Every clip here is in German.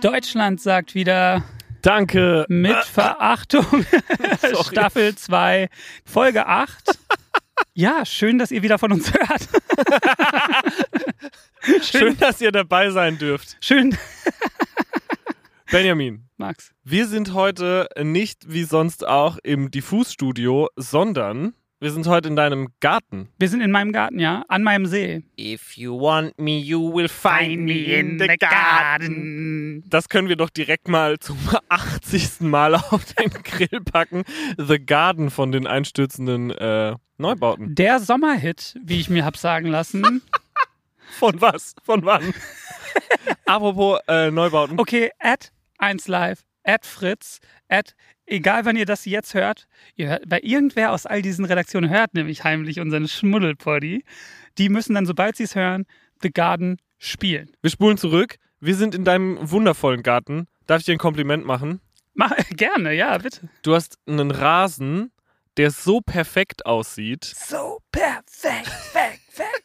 Deutschland sagt wieder Danke. mit Verachtung Äh, Sorry. Staffel 2, Folge 8. Ja, schön, dass ihr wieder von uns hört. Schön, dass ihr dabei sein dürft. Schön, Benjamin, Max. wir sind heute nicht wie sonst auch im Diffusstudio, sondern wir sind heute in deinem Garten. Wir sind in meinem Garten, ja, an meinem See. If you want me, you will find Das können wir doch direkt mal zum 80. Mal auf den Grill packen. The Garden von den einstürzenden äh, Neubauten. Der Sommerhit, wie ich mir hab sagen lassen. Von was? Von wann? Apropos äh, Neubauten. Okay, at 1live, at Fritz, at egal wann ihr das jetzt hört, ihr hört, weil irgendwer aus all diesen Redaktionen hört nämlich heimlich unseren Schmuddelpoddy. Die müssen dann, sobald sie es hören, The Garden spielen. Wir spulen zurück. Wir sind in deinem wundervollen Garten. Darf ich dir ein Kompliment machen? Mach, gerne, ja, bitte. Du hast einen Rasen, der so perfekt aussieht, So perfekt, perfekt, perfekt.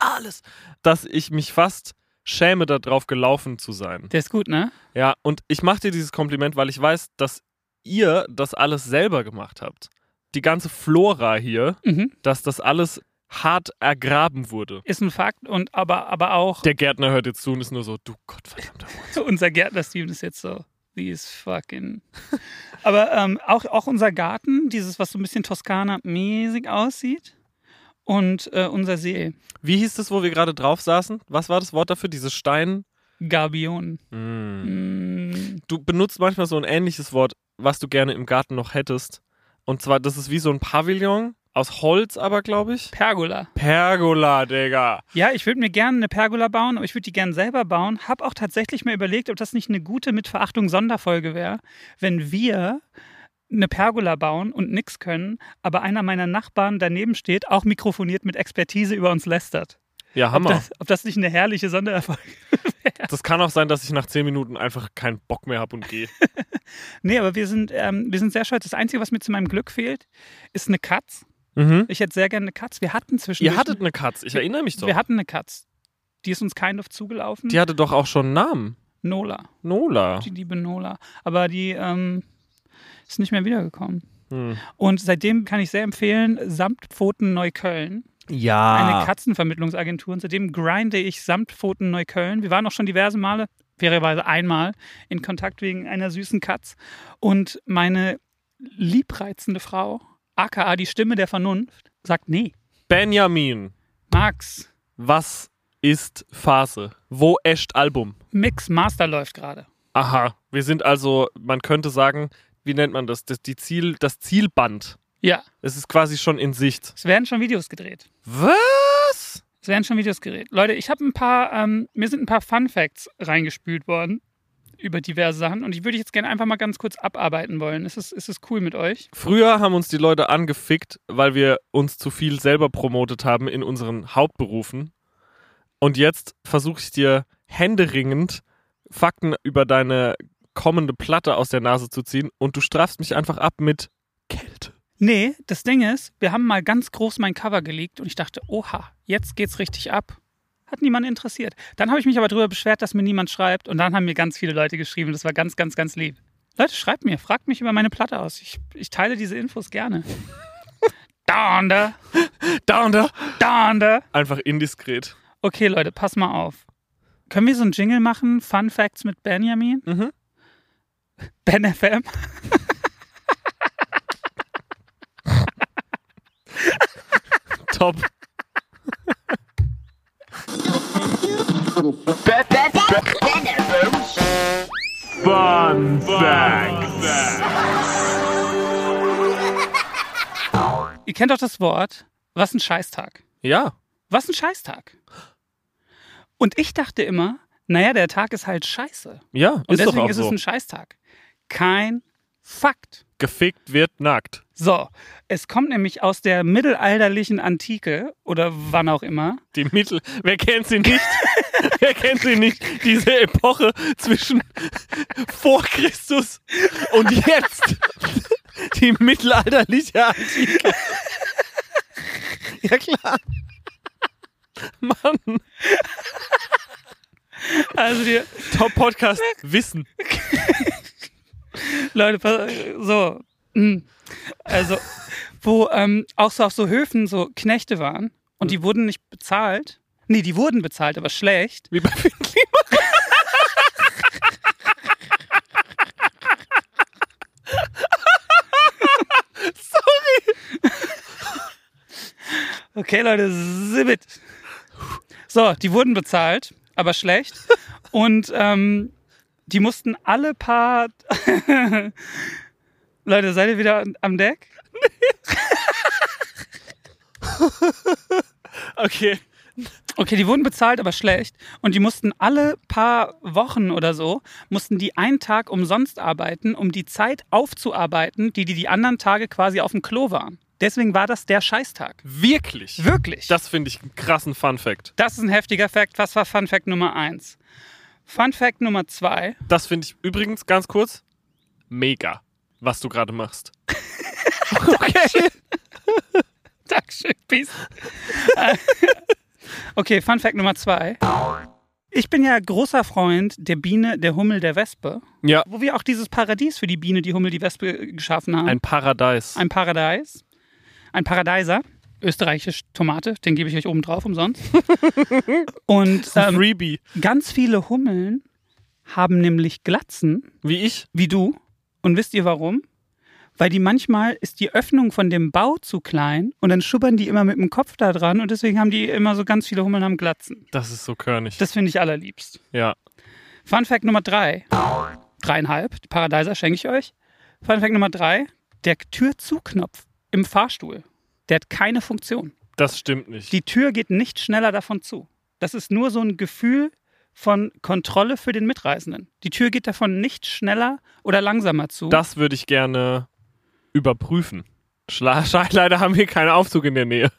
Alles. dass ich mich fast schäme, da drauf gelaufen zu sein. Der ist gut, ne? Ja, und ich mache dir dieses Kompliment, weil ich weiß, dass ihr das alles selber gemacht habt. Die ganze Flora hier, Mhm. dass das alles hart ergraben wurde. Ist ein Fakt und aber, aber auch Der Gärtner hört jetzt zu und ist nur so, du Gottverdammter. Mann. unser Gärtnersteam ist jetzt so. Die ist fucking. Aber ähm, auch, auch unser Garten, dieses, was so ein bisschen Toskana-mäßig aussieht. Und äh, unser See, Wie hieß das, wo wir gerade drauf saßen? Was war das Wort dafür? Diese Stein... Gabion. Mm. Mm, du benutzt manchmal so ein ähnliches Wort, was du gerne im Garten noch hättest. Und zwar, das ist wie so ein Pavillon aus Holz, aber glaube ich. Pergola. Pergola, Digga. Ja, ich würde mir gerne eine Pergola bauen, aber ich würde die gerne selber bauen. Hab auch tatsächlich mir überlegt, ob das nicht eine gute mit Verachtung Sonderfolge wäre, wenn wir eine Pergola bauen und nix können, aber einer meiner Nachbarn daneben steht, auch mikrofoniert mit Expertise über uns lästert. Ja, Ob Hammer. Das, das, ob das nicht eine herrliche Sonderfolge kann auch sein, dass ich nach zehn Minuten einfach keinen Bock mehr habe und gehe. Nee, aber wir sind, ähm, wir sind sehr stolz. Das Einzige, was mir zu meinem Glück fehlt, ist eine Katz. mhm. Ich hätte sehr gerne eine Katz. Wir hatten zwischendurch. Ihr hattet eine Katz, ich erinnere mich doch. Wir hatten eine Katz. Die ist uns kind of zugelaufen. Die hatte doch auch schon einen Namen. Nola. Nola. Die liebe Nola. Aber die ähm, ist nicht mehr wiedergekommen. Hm. Und seitdem kann ich sehr empfehlen, Samtpfoten Neukölln, eine Ja. Katzenvermittlungsagentur. Und seitdem grinde ich Samtpfoten Neukölln. Wir waren auch schon diverse Male, fairerweise einmal, in Kontakt wegen einer süßen Katz. Und meine liebreizende Frau, aka die Stimme der Vernunft, sagt: Nee, Benjamin, Max, was ist Phase? Wo escht Album? Mix Master läuft gerade. Aha, wir sind also, man könnte sagen, wie nennt man das? Das, die Ziel, das Zielband. Ja, Es ist quasi schon in Sicht. es werden schon Videos gedreht. Was? Es werden schon Videos gedreht. Leute, ich habe ein paar, ähm, mir sind ein paar Fun Facts reingespült worden über diverse Sachen und die würde ich jetzt gerne einfach mal ganz kurz abarbeiten wollen. Ist es, ist es cool mit euch? Früher haben uns die Leute angefickt, weil wir uns zu viel selber promotet haben in unseren Hauptberufen. Und jetzt versuche ich dir händeringend Fakten über deine kommende Platte aus der Nase zu ziehen und du strafst mich einfach ab mit Kälte. Nee, das Ding ist, wir haben mal ganz groß mein Cover geleakt und ich dachte, oha, jetzt geht's richtig ab. Hat niemand interessiert. Dann habe ich mich aber darüber beschwert, dass mir niemand schreibt und dann haben mir ganz viele Leute geschrieben. Das war ganz, ganz, ganz lieb. Leute, schreibt mir, fragt mich über meine Platte aus. Ich, ich teile diese Infos gerne. Donder, Da und da. donder. Einfach indiskret. Okay, Leute, pass mal auf. Können wir so einen Jingle machen? Fun Facts mit Benjamin? Mhm. Ben FM? Top. Ihr kennt doch das Wort, was ein Scheißtag. Ja. Was ein Scheißtag. Und ich dachte immer, naja, der Tag ist halt scheiße. Ja, Und ist doch deswegen auch ist es so. ein Scheißtag. Kein Fakt. Gefickt wird nackt. So, es kommt nämlich aus der mittelalterlichen Antike oder wann auch immer. Die Mittel, wer kennt sie nicht? wer kennt sie nicht? Diese Epoche zwischen vor Christus und jetzt. Die mittelalterliche Antike. ja, klar. Mann, Also die Top-Podcast Wissen. Leute, pass- so. mm. Also, wo ähm, auch so auf so Höfen so Knechte waren und die wurden nicht bezahlt. Nee, die wurden bezahlt, aber schlecht. Wie bei Finn Kliman. Okay, Leute, sibbit. So, die wurden bezahlt, aber schlecht. Und ähm, die mussten alle paar. Leute, seid ihr wieder am Deck? Okay. Okay, die wurden bezahlt, aber schlecht. Und die mussten alle paar Wochen oder so, mussten die einen Tag umsonst arbeiten, um die Zeit aufzuarbeiten, die die, die anderen Tage quasi auf dem Klo waren. Deswegen war das der Scheißtag. Wirklich? Wirklich. Das finde ich einen krassen Fun-Fact. das ist ein heftiger Fact. Was war Fun Fact Nummer eins? Fun Fact Nummer zwei. Das finde ich übrigens ganz kurz mega, was du gerade machst. okay. Dankeschön, peace. Äh, okay, Fun Fact Nummer zwei. Ich bin ja großer Freund der Biene, der Hummel, der Wespe. Ja, Wo wir auch dieses Paradies für die Biene, die Hummel, die Wespe äh, geschaffen haben. ein Paradeis. ein Paradeis, ein Paradeiser, österreichische Tomate, den gebe ich euch oben drauf umsonst. Und Ein ähm, Freebie. ganz viele Hummeln haben nämlich Glatzen, Wie ich? wie du. Und wisst ihr warum? Weil die manchmal ist die Öffnung von dem Bau zu klein und dann schubbern die immer mit dem Kopf da dran und deswegen haben die immer so ganz viele Hummeln am Glatzen. Das ist so körnig. Das finde ich allerliebst. ja. Fun Fact Nummer drei. Dreieinhalb. Die Paradeiser schenke ich euch. Fun Fact Nummer drei. Der Türzuknopf im Fahrstuhl, der hat keine Funktion. Das stimmt nicht. Die Tür geht nicht schneller davon zu. Das ist nur so ein Gefühl von Kontrolle für den Mitreisenden. Die Tür geht davon nicht schneller oder langsamer zu. Das würde ich gerne überprüfen. Schla Schei- Leider haben wir keinen Aufzug in der Nähe.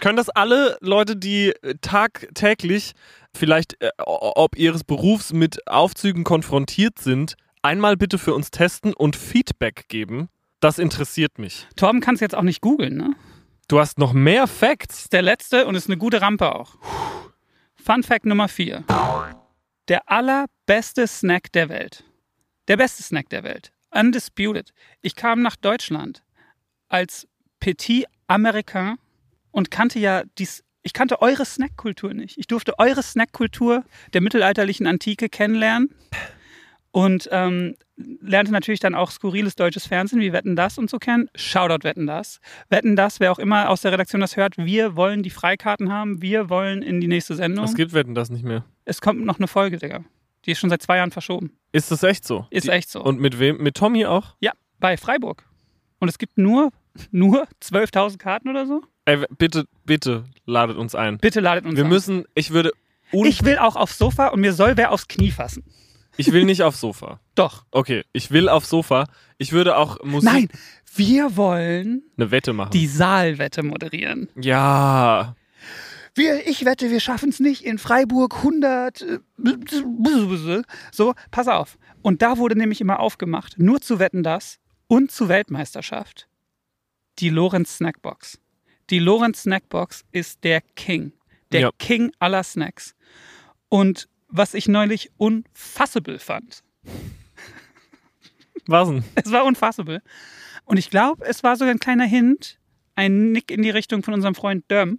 Können das alle Leute, die äh, tagtäglich vielleicht äh, o- ob ihres Berufs mit Aufzügen konfrontiert sind, einmal bitte für uns testen und Feedback geben? Das interessiert mich. Torben kannst jetzt auch nicht googeln, ne? Du hast noch mehr Facts. Ist der letzte und ist eine gute Rampe auch. Fun Fact Nummer 4. Der allerbeste Snack der Welt. Der beste Snack der Welt. Undisputed. Ich kam nach Deutschland als Petit Americain und kannte ja dies. Ich kannte eure Snackkultur nicht. Ich durfte eure Snackkultur der mittelalterlichen Antike kennenlernen und ähm, lernte natürlich dann auch skurriles deutsches Fernsehen wie Wetten das und so kennen. Shoutout Wetten das. Wetten das, wer auch immer aus der Redaktion das hört, wir wollen die Freikarten haben, wir wollen in die nächste Sendung. Es gibt Wetten das nicht mehr. Es kommt noch eine Folge, Digga. Die ist schon seit zwei Jahren verschoben. Ist das echt so? Ist Die- echt so. Und mit wem? Mit Tommy auch? ja, bei Freiburg. Und es gibt nur, nur 12.000 Karten oder so. Ey, Äh, w- bitte, bitte ladet uns ein. Bitte ladet uns Wir ein. müssen, ich würde, un ich, ich will auch aufs Sofa und mir soll wer aufs Knie fassen. will nicht aufs Sofa. Doch. Okay, ich will aufs Sofa. Ich würde auch Musik Nein, wir wollen eine Wette machen. die Saalwette moderieren. ja, Wir, ich wette, wir schaffen es nicht in Freiburg 100. äh, So, pass auf. Und da wurde nämlich immer aufgemacht, nur zu Wetten das und zu Weltmeisterschaft, die Lorenz Snackbox. Die Lorenz Snackbox ist der King. Der Ja. King aller Snacks. Und was ich neulich unfassable fand, was denn? es war unfassable. Und ich glaube, es war sogar ein kleiner Hint, ein Nick in die Richtung von unserem Freund Dörm.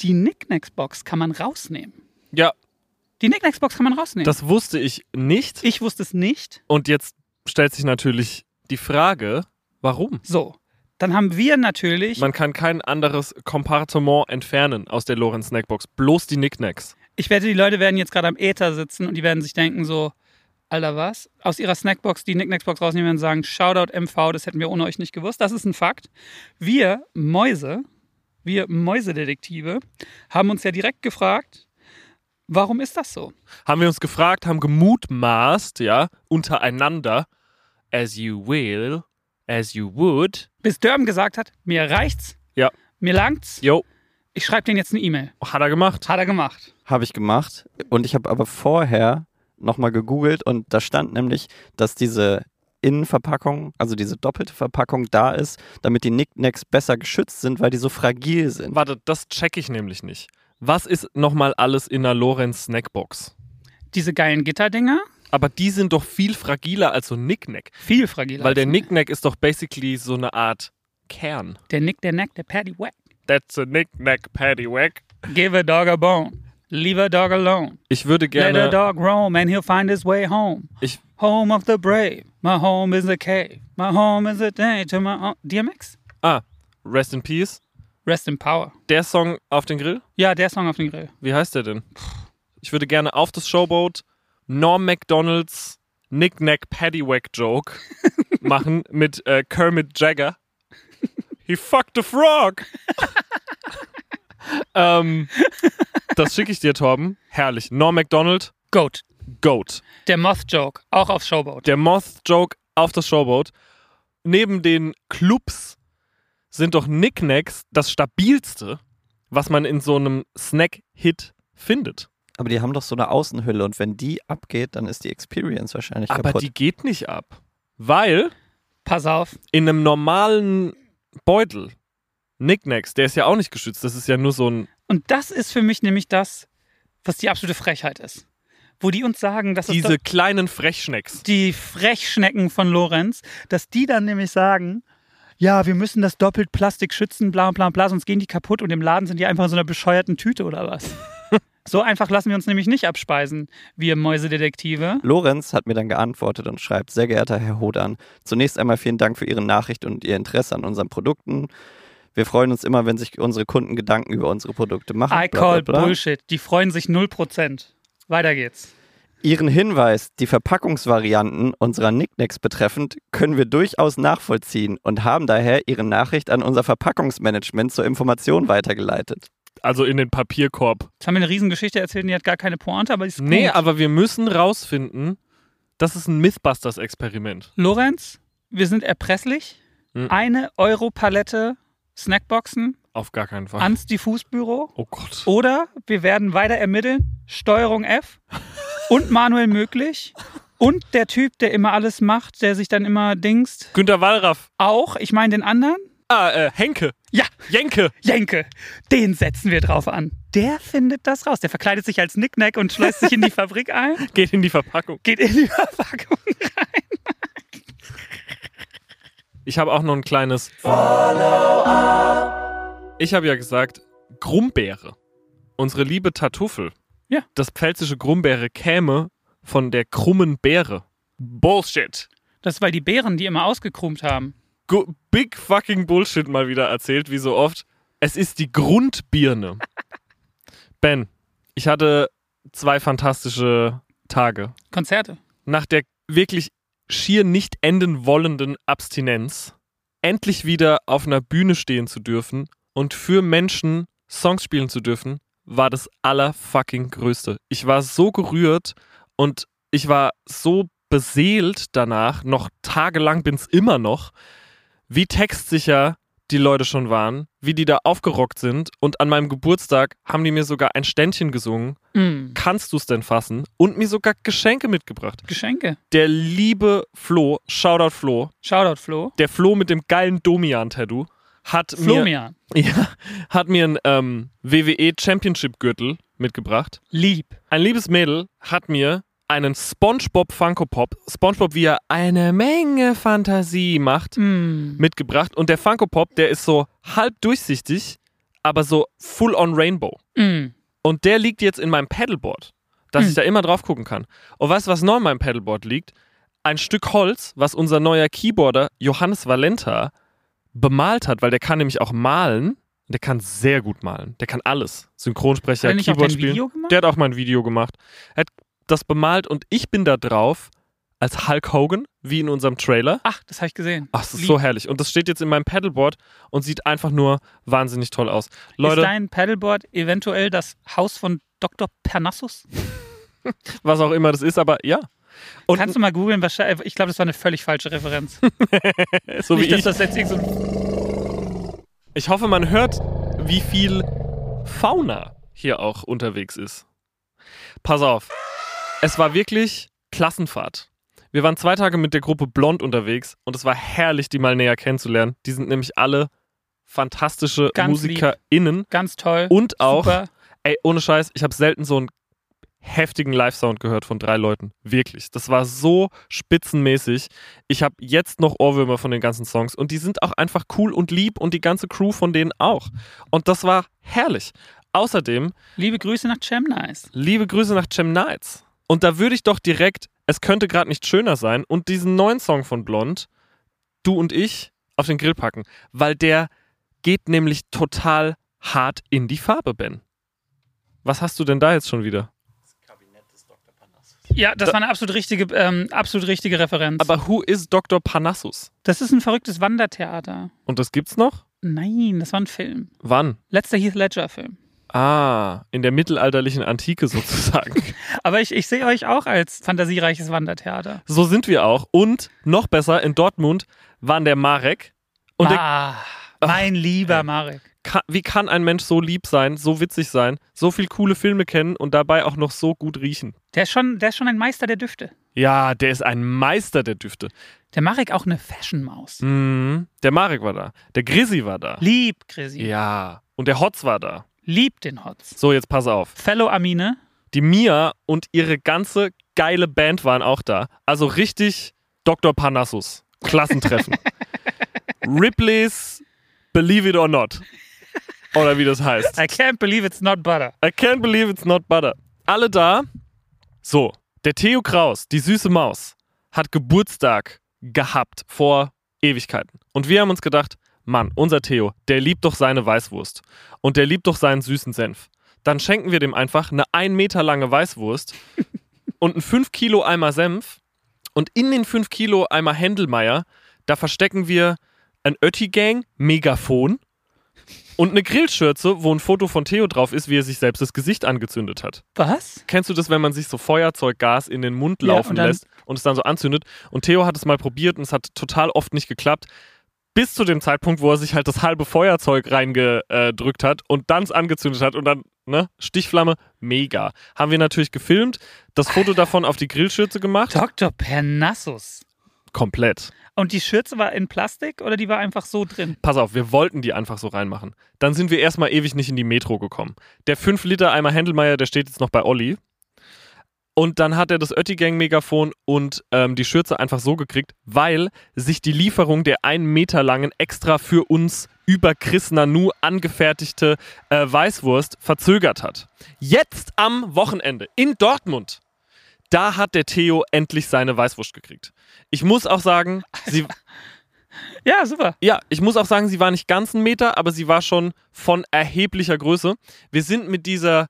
Die Nicknacks-Box kann man rausnehmen. Ja, Die Nicknacks-Box kann man rausnehmen. das wusste ich nicht. ich wusste es nicht. Und jetzt stellt sich natürlich die Frage, warum? So, dann haben wir natürlich, Man kann kein anderes Kompartement entfernen aus der Lorenz Snackbox. Bloß die Knickknacks. ich wette, die Leute werden jetzt gerade am Äther sitzen und die werden sich denken so, Alter, was? Aus ihrer Snackbox die Nicknacks-Box rausnehmen und sagen, Shoutout MV, das hätten wir ohne euch nicht gewusst. Das ist ein Fakt. Wir Mäuse, wir Mäusedetektive, haben uns ja direkt gefragt, warum ist das so? Haben wir uns gefragt, haben gemutmaßt, ja, untereinander. As you will, as you would. Bis Dörm gesagt hat, mir reicht's, Ja. mir langt's, Jo, ich schreibe denen jetzt eine E-Mail. hat er gemacht. Hat er gemacht. Habe ich gemacht. Und ich habe aber vorher nochmal gegoogelt und da stand nämlich, dass diese Innenverpackung, also diese doppelte Verpackung da ist, damit die Knickknacks besser geschützt sind, weil die so fragil sind. Warte, das checke ich nämlich nicht. Was ist nochmal alles in einer Lorenz Snackbox? Diese geilen Gitterdinger, Aber die sind doch viel fragiler als so ein Nicknack. viel fragiler. Weil der als- Nicknack ist doch basically so eine Art Kern. Der Nick, der Neck, der Paddy Whack. That's a Nicknack, Paddywhack. Give a dog a bone. Leave a dog alone. Ich würde Let a gerne. dog roam and he'll find his way home. Ich, Home of the brave. My home is a cave. My home is a day to my own. DMX. ah, Rest in Peace. Rest in Power. Der Song auf den Grill? Ja, der Song auf dem Grill. Wie heißt der denn? Ich würde gerne auf das Showboat Norm McDonalds Knick-Knack Paddywhack Joke machen mit äh, Kermit Jagger. He fucked a frog! ähm, das schicke ich dir, Torben. Herrlich. Norm McDonald, Goat. Goat. Der Moth Joke. Auch auf Showboat. Der Moth-Joke auf das Showboat. Neben den Clubs sind doch Knickknacks das stabilste, was man in so einem Snack-Hit findet. Aber die haben doch so eine Außenhülle und wenn die abgeht, dann ist die Experience wahrscheinlich Aber kaputt. die geht nicht ab. Weil Pass auf. in einem normalen Beutel, Knickknacks, der ist ja auch nicht geschützt. Das ist ja nur so ein. Und das ist für mich nämlich das, was die absolute Frechheit ist. Wo die uns sagen, dass es Diese kleinen Frechschnecks. die Frechschnecken von Lorenz, dass die dann nämlich sagen, ja, wir müssen das doppelt Plastik schützen, bla bla bla, sonst gehen die kaputt und im Laden sind die einfach in so einer bescheuerten Tüte oder was. so einfach lassen wir uns nämlich nicht abspeisen, wir Mäusedetektive. Lorenz hat mir dann geantwortet und schreibt, sehr geehrter Herr Hodan, zunächst einmal vielen Dank für Ihre Nachricht und Ihr Interesse an unseren Produkten. Wir freuen uns immer, wenn sich unsere Kunden Gedanken über unsere Produkte machen. I bla, call bla, bla. Bullshit. Die freuen sich 0%. Weiter geht's. Ihren Hinweis, die Verpackungsvarianten unserer Nicknacks betreffend, können wir durchaus nachvollziehen und haben daher Ihre Nachricht an unser Verpackungsmanagement zur Information weitergeleitet. Also in den Papierkorb. Jetzt haben wir eine Riesengeschichte erzählt und die hat gar keine Pointe, aber die ist Nee, gut. aber wir müssen rausfinden, das ist ein Mythbusters-Experiment. Lorenz, wir sind erpresslich. Hm. Eine Euro-Palette Snackboxen Auf gar keinen Fall. ans Diffusbüro. oh Gott. Oder wir werden weiter ermitteln, Steuerung F und Manuel möglich und der Typ, der immer alles macht, der sich dann immer dingst, Günter Wallraff. auch, ich meine den anderen, Ah, äh, Henke. Ja. Jenke. Jenke, den setzen wir drauf an. Der findet das raus. Der verkleidet sich als Nicknack und schleust sich in die Fabrik ein, Geht in die Verpackung. geht in die Verpackung. Ich habe auch noch ein kleines. Ich habe ja gesagt, Grumbeere. Unsere liebe Tartuffel. Ja. Das pfälzische Grumbeere käme von der krummen Beere. Bullshit. Das ist, weil die Bären die immer ausgekrumt haben. Gu- Big fucking Bullshit mal wieder erzählt, wie so oft. Es ist die Grundbirne. ben, ich hatte zwei fantastische Tage. Konzerte. nach der wirklich schier nicht enden wollenden Abstinenz endlich wieder auf einer Bühne stehen zu dürfen und für Menschen Songs spielen zu dürfen, war das allerfucking größte. Ich war so gerührt und ich war so beseelt danach, noch tagelang bin es immer noch, wie textsicher die Leute schon waren, wie die da aufgerockt sind und an meinem Geburtstag haben die mir sogar ein Ständchen gesungen, Mm. kannst du es denn fassen und mir sogar Geschenke mitgebracht Geschenke. der liebe Flo, Shoutout Flo, Shoutout Flo. der Flo mit dem geilen Domian-Tattoo, hat mir, Flomian. ja, hat mir einen ähm, WWE Championship-Gürtel mitgebracht. Lieb. Ein liebes Mädel hat mir einen SpongeBob Funko Pop, SpongeBob, wie er eine Menge Fantasie macht, Mm. mitgebracht. Und der Funko Pop, der ist so halb durchsichtig, aber so full on Rainbow. Mm. Und der liegt jetzt in meinem Paddleboard, dass Hm. ich da immer drauf gucken kann. Und weißt du, was noch in meinem Paddleboard liegt? Ein Stück Holz, was unser neuer Keyboarder Johannes Valenta bemalt hat, weil der kann nämlich auch malen. Der kann sehr gut malen. Der kann alles. Synchronsprecher, Hat er nicht auch Keyboard dein spielen. Video gemacht? Der hat auch mein Video gemacht. Er hat das bemalt und ich bin da drauf als Hulk Hogan, wie in unserem Trailer. Ach, das habe ich gesehen. Ach, das ist Lieb. so herrlich. Und das steht jetzt in meinem Paddleboard und sieht einfach nur wahnsinnig toll aus. Leute, Ist dein Paddleboard eventuell das Haus von Dr. Parnassus? was auch immer das ist, aber ja. Und Kannst du mal googeln? wahrscheinlich- Ich glaube, das war eine völlig falsche Referenz. so wie Nicht, dass ich. das jetzt irgend so Ich hoffe, man hört, wie viel Fauna hier auch unterwegs ist. Pass auf. Es war wirklich Klassenfahrt. Wir waren zwei Tage mit der Gruppe Blond unterwegs und es war herrlich, die mal näher kennenzulernen. Die sind nämlich alle fantastische Ganz MusikerInnen Ganz toll. und auch, Super. ey, ohne Scheiß, ich habe selten so einen heftigen Live-Sound gehört von drei Leuten. Wirklich. Das war so spitzenmäßig. Ich habe jetzt noch Ohrwürmer von den ganzen Songs und die sind auch einfach cool und lieb und die ganze Crew von denen auch. Und das war herrlich. Außerdem Liebe Grüße nach Chemnice. Liebe Grüße nach Cem Nights. Und da würde ich doch direkt, es könnte gerade nicht schöner sein, und diesen neuen Song von Blond, Du und ich, auf den Grill packen. Weil der geht nämlich total hart in die Farbe, Ben. Was hast du denn da jetzt schon wieder? Ja, das war eine absolut richtige, ähm, absolut richtige Referenz. Aber Who is Dr. Parnassus? das ist ein verrücktes Wandertheater. Und das gibt's noch? Nein, das war ein Film. Wann? Letzter Heath Ledger-Film. Ah, in der mittelalterlichen Antike sozusagen. Aber ich, ich sehe euch auch als fantasiereiches Wandertheater. so sind wir auch. Und noch besser, in Dortmund waren der Marek und der ah, mein lieber Marek. kann, wie kann ein Mensch so lieb sein, so witzig sein, so viel coole Filme kennen und dabei auch noch so gut riechen? Der ist, schon, der ist schon ein Meister der Düfte. Ja, der ist ein Meister der Düfte. Der Marek auch eine Fashion-Maus. Mhm. Der Marek war da, der Grisi war da. Lieb, Chrissy. Ja, und der Hotz war da. Lieb den Hotz. So, jetzt pass auf. Fellow Amine. Die Mia und ihre ganze geile Band waren auch da. Also richtig Dr. Parnassus. Klassentreffen. Ripley's Believe It or Not. Oder wie das heißt. I can't believe it's not butter. I can't believe it's not butter. Alle da. So, der Theo Kraus, die süße Maus, hat Geburtstag gehabt vor Ewigkeiten. Und wir haben uns gedacht, Mann, unser Theo, der liebt doch seine Weißwurst. Und der liebt doch seinen süßen Senf. Dann schenken wir dem einfach eine ein Meter lange Weißwurst und einen 5 Kilo Eimer Senf. Und in den 5 Kilo Eimer Händelmeier, da verstecken wir ein Ötti-Gang, Megafon und eine Grillschürze, wo ein Foto von Theo drauf ist, wie er sich selbst das Gesicht angezündet hat. Was? Kennst du das, wenn man sich so Feuerzeuggas in den Mund Ja, laufen und dann- lässt und es dann so anzündet? Und Theo hat es mal probiert und es hat total oft nicht geklappt. Bis zu dem Zeitpunkt, wo er sich halt das halbe Feuerzeug reingedrückt hat und dann es angezündet hat und dann, ne, Stichflamme, mega. Haben wir natürlich gefilmt, das Foto davon auf die Grillschürze gemacht. Dr. Pernassus. Komplett. Und die Schürze war in Plastik oder die war einfach so drin? Pass auf, wir wollten die einfach so reinmachen. Dann sind wir erstmal ewig nicht in die Metro gekommen. Der 5-Liter-Eimer Händelmeier, der steht jetzt noch bei Olli. Und dann hat er das Ötti-Gang-Megafon und ähm, die Schürze einfach so gekriegt, weil sich die Lieferung der einen Meter langen, extra für uns über Chris Nanu angefertigte äh, Weißwurst verzögert hat. Jetzt am Wochenende in Dortmund, da hat der Theo endlich seine Weißwurst gekriegt. Ich muss auch sagen, sie, Ja, super. ja, ich muss auch sagen, sie war nicht ganz einen Meter, aber sie war schon von erheblicher Größe. Wir sind mit dieser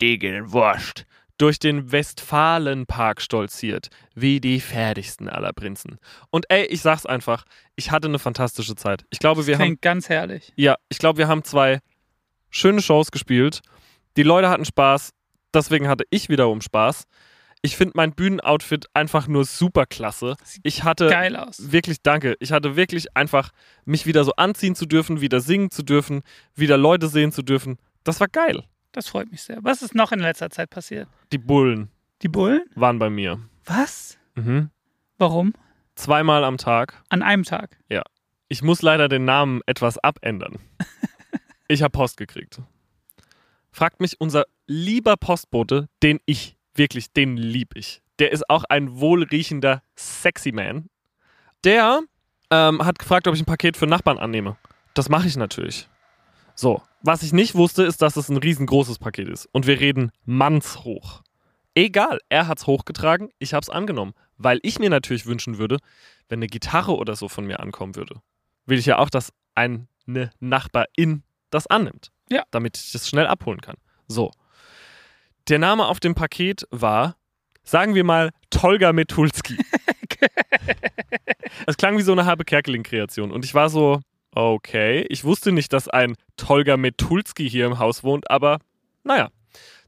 Degelwurst durch den Westfalenpark stolziert, wie die fertigsten aller Prinzen. Und ey, ich sag's einfach, ich hatte eine fantastische Zeit. Ich glaube, wir haben Klingt ganz herrlich. ja, ich glaube, wir haben zwei schöne Shows gespielt. Die Leute hatten Spaß, deswegen hatte ich wiederum Spaß. Ich finde mein Bühnenoutfit einfach nur super klasse. Ich hatte Geil aus. wirklich danke. Ich hatte wirklich einfach mich wieder so anziehen zu dürfen, wieder singen zu dürfen, wieder Leute sehen zu dürfen. Das war geil. Das freut mich sehr. Was ist noch in letzter Zeit passiert? Die Bullen Die Bullen? waren bei mir. Was? Mhm. Warum? Zweimal am Tag. An einem Tag. Ich muss leider den Namen etwas abändern. Ich habe Post gekriegt. Fragt mich unser lieber Postbote, den ich wirklich, den lieb ich. Der ist auch ein wohlriechender Sexy Man. Der ähm, hat gefragt, ob ich ein Paket für Nachbarn annehme. Das mache ich natürlich. So, was ich nicht wusste, ist, dass es ein riesengroßes Paket ist. Und wir reden mannshoch. Egal, er hat's hochgetragen, ich hab's angenommen. Weil ich mir natürlich wünschen würde, wenn eine Gitarre oder so von mir ankommen würde, will ich ja auch, dass eine Nachbarin das annimmt. Ja. Damit ich das schnell abholen kann. So. Der Name auf dem Paket war, sagen wir mal, Tolga Metulski. Es klang wie so eine Habe Kerkeling-Kreation. Und ich war so, okay, ich wusste nicht, dass ein Tolga Metulski hier im Haus wohnt, aber naja.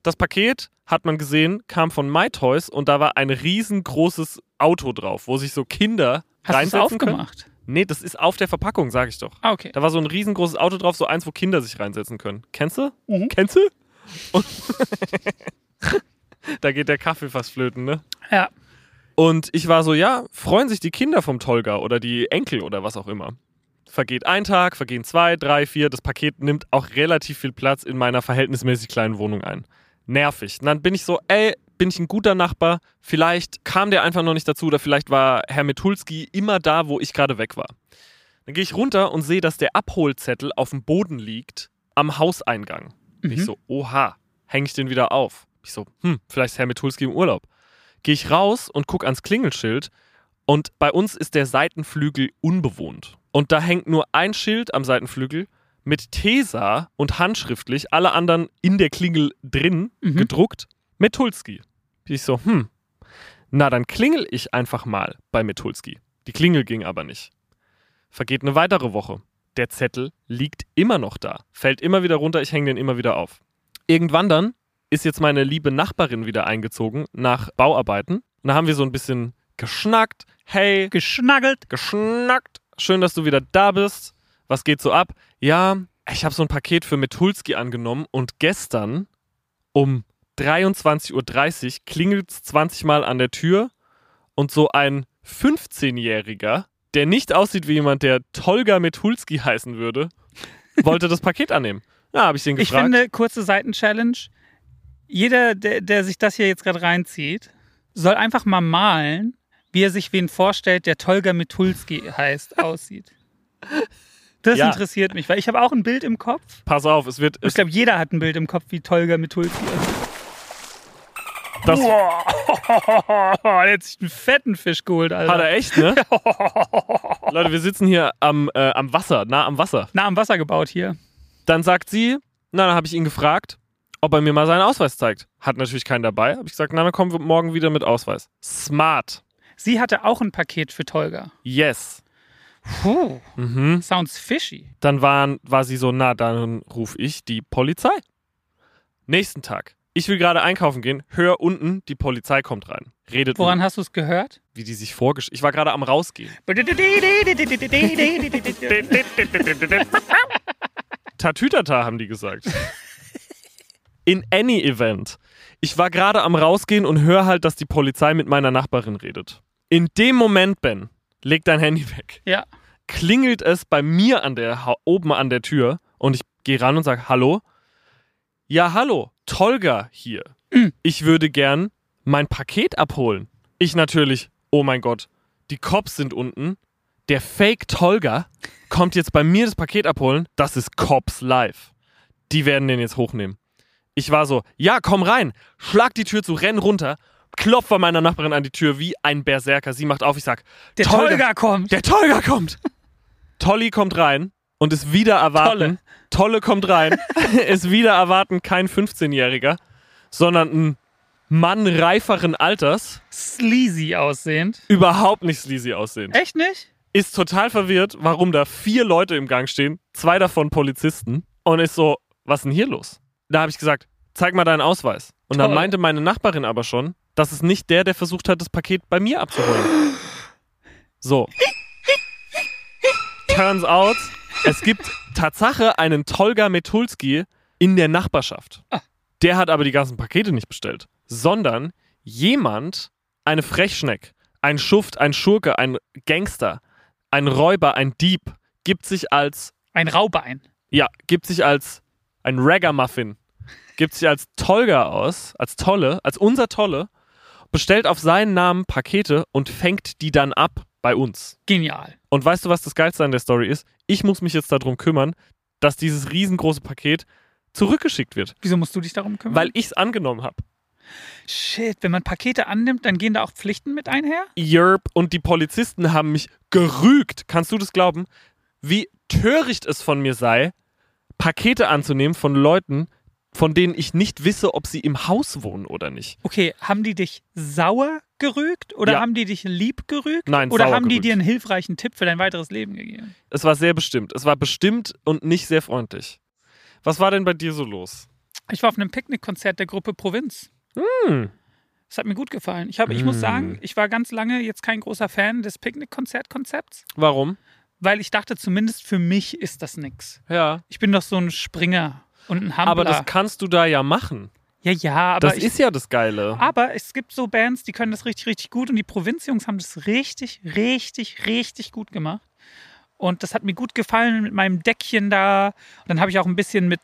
Das Paket, hat man gesehen, kam von MyToys und da war ein riesengroßes Auto drauf, wo sich so Kinder Hast du es reinsetzen können. aufgemacht? Nee, das ist auf der Verpackung, sag ich doch. Ah, okay. Da war so ein riesengroßes Auto drauf, so eins, wo Kinder sich reinsetzen können. Kennst du? Mhm. Kennst du? Und da geht der Kaffee fast flöten, ne? Ja. Und ich war so, ja, freuen sich die Kinder vom Tolga oder die Enkel oder was auch immer. Vergeht ein Tag, vergehen zwei, drei, vier. Das Paket nimmt auch relativ viel Platz in meiner verhältnismäßig kleinen Wohnung ein. Nervig. Und dann bin ich so, ey, bin ich ein guter Nachbar? Vielleicht kam der einfach noch nicht dazu oder vielleicht war Herr Metulski immer da, wo ich gerade weg war. Dann gehe ich runter und sehe, dass der Abholzettel auf dem Boden liegt am Hauseingang. Bin ich Mhm. so, oha, hänge ich den wieder auf? Ich so, hm, vielleicht ist Herr Metulski im Urlaub. Gehe ich raus und gucke ans Klingelschild und bei uns ist der Seitenflügel unbewohnt. Und da hängt nur ein Schild am Seitenflügel mit Tesa und handschriftlich, alle anderen in der Klingel drin, Mhm. gedruckt, Metulski. Ich so, hm, na dann klingel ich einfach mal bei Metulski. Die Klingel ging aber nicht. Vergeht eine weitere Woche. Der Zettel liegt immer noch da, fällt immer wieder runter, ich hänge den immer wieder auf. Irgendwann dann ist jetzt meine liebe Nachbarin wieder eingezogen nach Bauarbeiten. Und da haben wir so ein bisschen geschnackt. Hey, Geschnaggelt. geschnackt. Schön, dass du wieder da bist. Was geht so ab? Ja, ich habe so ein Paket für Metulski angenommen und gestern um 23.30 Uhr klingelt es 20 Mal an der Tür und so ein 15-Jähriger, der nicht aussieht wie jemand, der Tolga Metulski heißen würde, wollte das Paket annehmen. Ja, habe ich den Ich gefragt. finde, kurze Seitenchallenge. Jeder, der, der sich das hier jetzt gerade reinzieht, soll einfach mal malen, wie er sich wen vorstellt, der Tolga Mitulski heißt, aussieht. Das Ja. interessiert mich, weil ich habe auch ein Bild im Kopf. Pass auf, es wird. Ich Es, glaube, jeder hat ein Bild im Kopf, wie Tolga Mitulski aussieht. das hat Boah, der hat sich einen fetten Fisch geholt, Alter. er echt, ne? Leute, wir sitzen hier am, äh, am Wasser, nah am Wasser. nah am Wasser gebaut hier. Dann sagt sie, na, dann habe ich ihn gefragt, ob er mir mal seinen Ausweis zeigt. Hat natürlich keinen dabei. Habe ich gesagt, na, dann kommen wir morgen wieder mit Ausweis. Smart. Sie hatte auch ein Paket für Tolga. Yes. Puh, Mhm. sounds fishy. Dann waren, war sie so, na, dann ruf ich die Polizei. Nächsten Tag. Ich will gerade einkaufen gehen. Hör unten, die Polizei kommt rein. Redet, Woran mit- hast du es gehört? wie die sich vorgestellt. Ich war gerade am Rausgehen. Tatütata haben die gesagt. In any event. Ich war gerade am Rausgehen und höre halt, dass die Polizei mit meiner Nachbarin redet. In dem Moment, Ben, leg dein Handy weg. Ja. Klingelt es bei mir an der, Ha- oben an der Tür und ich gehe ran und sage, hallo? Ja, hallo, Tolga hier. Ich würde gern mein Paket abholen. Ich natürlich, oh mein Gott, die Cops sind unten. Der Fake Tolga kommt jetzt bei mir das Paket abholen. Das ist Cops Live. Die werden den jetzt hochnehmen. Ich war so, ja, komm rein, schlag die Tür zu, renn runter, klopf bei meiner Nachbarin an die Tür wie ein Berserker. Sie macht auf, ich sag, Der Tolga, kommt. der Tolga kommt. Tolly kommt rein und ist wieder erwarten. Tolle, kommt rein, ist wieder erwarten kein 15-Jähriger, sondern ein Mann reiferen Alters, Sleazy aussehend. überhaupt nicht sleazy aussehend. Echt nicht? Ist total verwirrt, warum da vier Leute im Gang stehen, zwei davon Polizisten und ist so, was ist denn hier los? Da habe ich gesagt, zeig mal deinen Ausweis. Und dann Toll. meinte meine Nachbarin aber schon, das ist nicht der, der versucht hat, das Paket bei mir abzuholen. So. Turns out, es gibt Tatsache einen Tolga Metulski in der Nachbarschaft. Der hat aber die ganzen Pakete nicht bestellt, sondern jemand, eine Frechschneck, ein Schuft, ein Schurke, ein Gangster, ein Räuber, ein Dieb, gibt sich als, Ein Raubein. ja, gibt sich als ein Ragamuffin, gibt sich als Tolga aus, als Tolle, als unser Tolle, bestellt auf seinen Namen Pakete und fängt die dann ab bei uns. Genial. Und weißt du, was das Geilste an der Story ist? Ich muss mich jetzt darum kümmern, dass dieses riesengroße Paket zurückgeschickt wird, Wieso musst du dich darum kümmern? weil ich es angenommen habe. Shit, wenn man Pakete annimmt, dann gehen da auch Pflichten mit einher? Yerp und die Polizisten haben mich gerügt. Kannst du das glauben? Wie töricht es von mir sei, Pakete anzunehmen von Leuten, von denen ich nicht wisse, ob sie im Haus wohnen oder nicht. Okay, haben die dich sauer gerügt oder Ja. haben die dich lieb gerügt? Nein, Oder sauer haben die gerügt. dir einen hilfreichen Tipp für dein weiteres Leben gegeben? Es war sehr bestimmt. Es war bestimmt und nicht sehr freundlich. Was war denn bei dir so los? Ich war auf einem Picknickkonzert der Gruppe Provinz. Hm. Das hat mir gut gefallen. Ich, hab, ich muss Mm. sagen, ich war ganz lange jetzt kein großer Fan des Picknickkonzertkonzepts, Warum? weil ich dachte, zumindest für mich ist das nix. Ja. Ich bin doch so ein Springer und ein Hampler. Aber das kannst du da ja machen. Ja, ja, aber das ich, ist ja das Geile. Aber es gibt so Bands, die können das richtig, richtig gut und die Provinzjungs haben das richtig, richtig, richtig gut gemacht. Und das hat mir gut gefallen mit meinem Deckchen da. Und dann habe ich auch ein bisschen mit,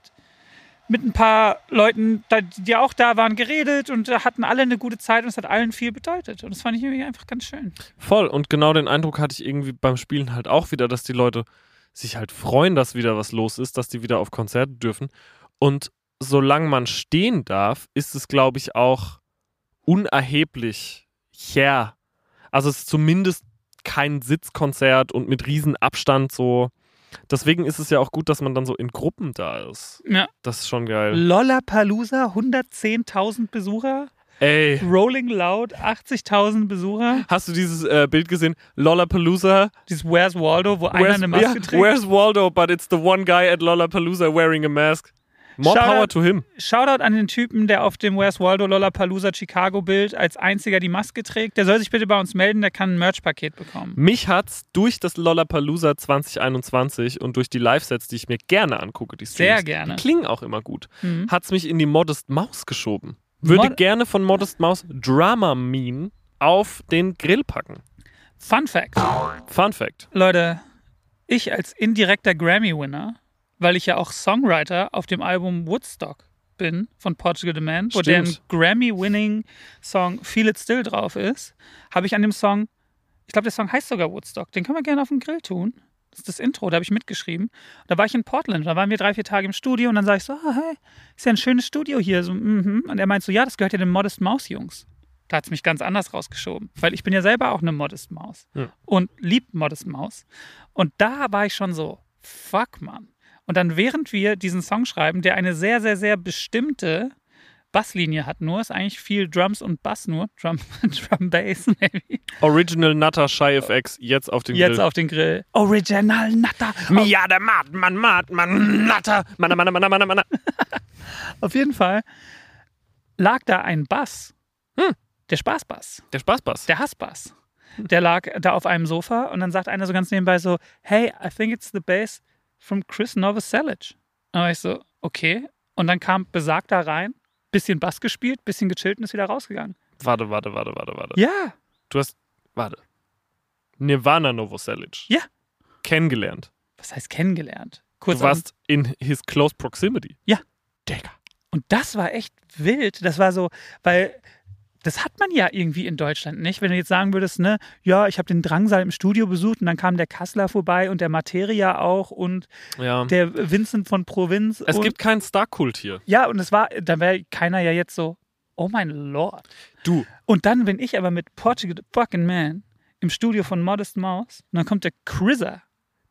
mit ein paar Leuten, da- die auch da waren, geredet und da hatten alle eine gute Zeit und es hat allen viel bedeutet. Und das fand ich irgendwie einfach ganz schön. Voll. Und genau den Eindruck hatte ich irgendwie beim Spielen halt auch wieder, dass die Leute sich halt freuen, dass wieder was los ist, dass die wieder auf Konzerte dürfen. Und solange man stehen darf, ist es, glaube ich, auch unerheblich. Ja. Also es ist zumindest kein Sitzkonzert und mit riesen Abstand so. Deswegen ist es ja auch gut, dass man dann so in Gruppen da ist. Ja. Das ist schon geil. Lollapalooza, 110.000 Besucher. Ey. Rolling Loud, 80.000 Besucher. Hast du dieses äh, Bild gesehen? Lollapalooza, Dieses Where's Waldo, wo einer eine Maske yeah, trägt. Where's Waldo, but it's the one guy at Lollapalooza wearing a mask. More Shout power out. to him. Shoutout an den Typen, der auf dem Where's Waldo Lollapalooza Chicago Bild als einziger die Maske trägt. Der soll sich bitte bei uns melden, der kann ein Merch-Paket bekommen. Mich hat's durch das Lollapalooza 2021 und durch die Live-Sets, die ich mir gerne angucke, die Streams, Sehr gerne. die klingen auch immer gut, Mhm. hat's mich in die Modest Mouse geschoben. Würde Mod- gerne von Modest Mouse Drama Mean auf den Grill packen. Fun Fact, Fun Fact. Leute, ich als indirekter Grammy-Winner, weil ich ja auch Songwriter auf dem Album Woodstock bin von Portugal The Man, wo Stimmt. deren Grammy-Winning-Song Feel It Still drauf ist, habe ich an dem Song, ich glaube, der Song heißt sogar Woodstock, den können wir gerne auf den Grill tun. Das ist das Intro, da habe ich mitgeschrieben. Da war ich in Portland, da waren wir drei, vier Tage im Studio und dann sage ich so, ah, hey, ist ja ein schönes Studio hier. So, mhm. Und er meint so, ja, das gehört ja den Modest Mouse Jungs. Da hat es mich ganz anders rausgeschoben, weil ich bin ja selber auch eine Modest Maus Ja. und lieb Modest Maus. Und da war ich schon so, fuck man. Und dann während wir diesen Song schreiben, der eine sehr, sehr, sehr bestimmte Basslinie hat nur, ist eigentlich viel Drums und Bass nur, Drum, Drum Bass, maybe. Original Nutter Shy FX jetzt auf den jetzt Grill. auf den Grill. Original Natter. Mia der Mat, man, Mat, man, Nutter, Mann, Mann, Mann, Mann, Mann. Auf jeden Fall lag da ein Bass, Hm. der Spaßbass. Der Spaßbass. Der Hassbass. Der lag da auf einem Sofa und dann sagt einer so ganz nebenbei so, hey, I think it's the bass from Chris Novoselic. Und war ich so, okay. Und dann kam besagt da rein, bisschen Bass gespielt, bisschen gechillt und ist wieder rausgegangen. Warte, warte, warte, warte, warte. Ja, Du hast, warte, Nirvana Novoselic. Ja. Kennengelernt. was heißt kennengelernt? Kurz Du warst in his close proximity. Ja. Digga. Und das war echt wild. Das war so, weil das hat man ja irgendwie in Deutschland nicht. Wenn du jetzt sagen würdest, ne, ja, ich habe den Drangsal im Studio besucht und dann kam der Kassler vorbei und der Materia auch und Ja. der Vincent von Provinz. Mhm. es und gibt keinen Star-Kult hier. Ja, und es war, da wäre keiner ja jetzt so, oh mein Lord. Du. Und dann bin ich aber mit Portugal the Fucking Man im Studio von Modest Mouse und dann kommt der Chriser,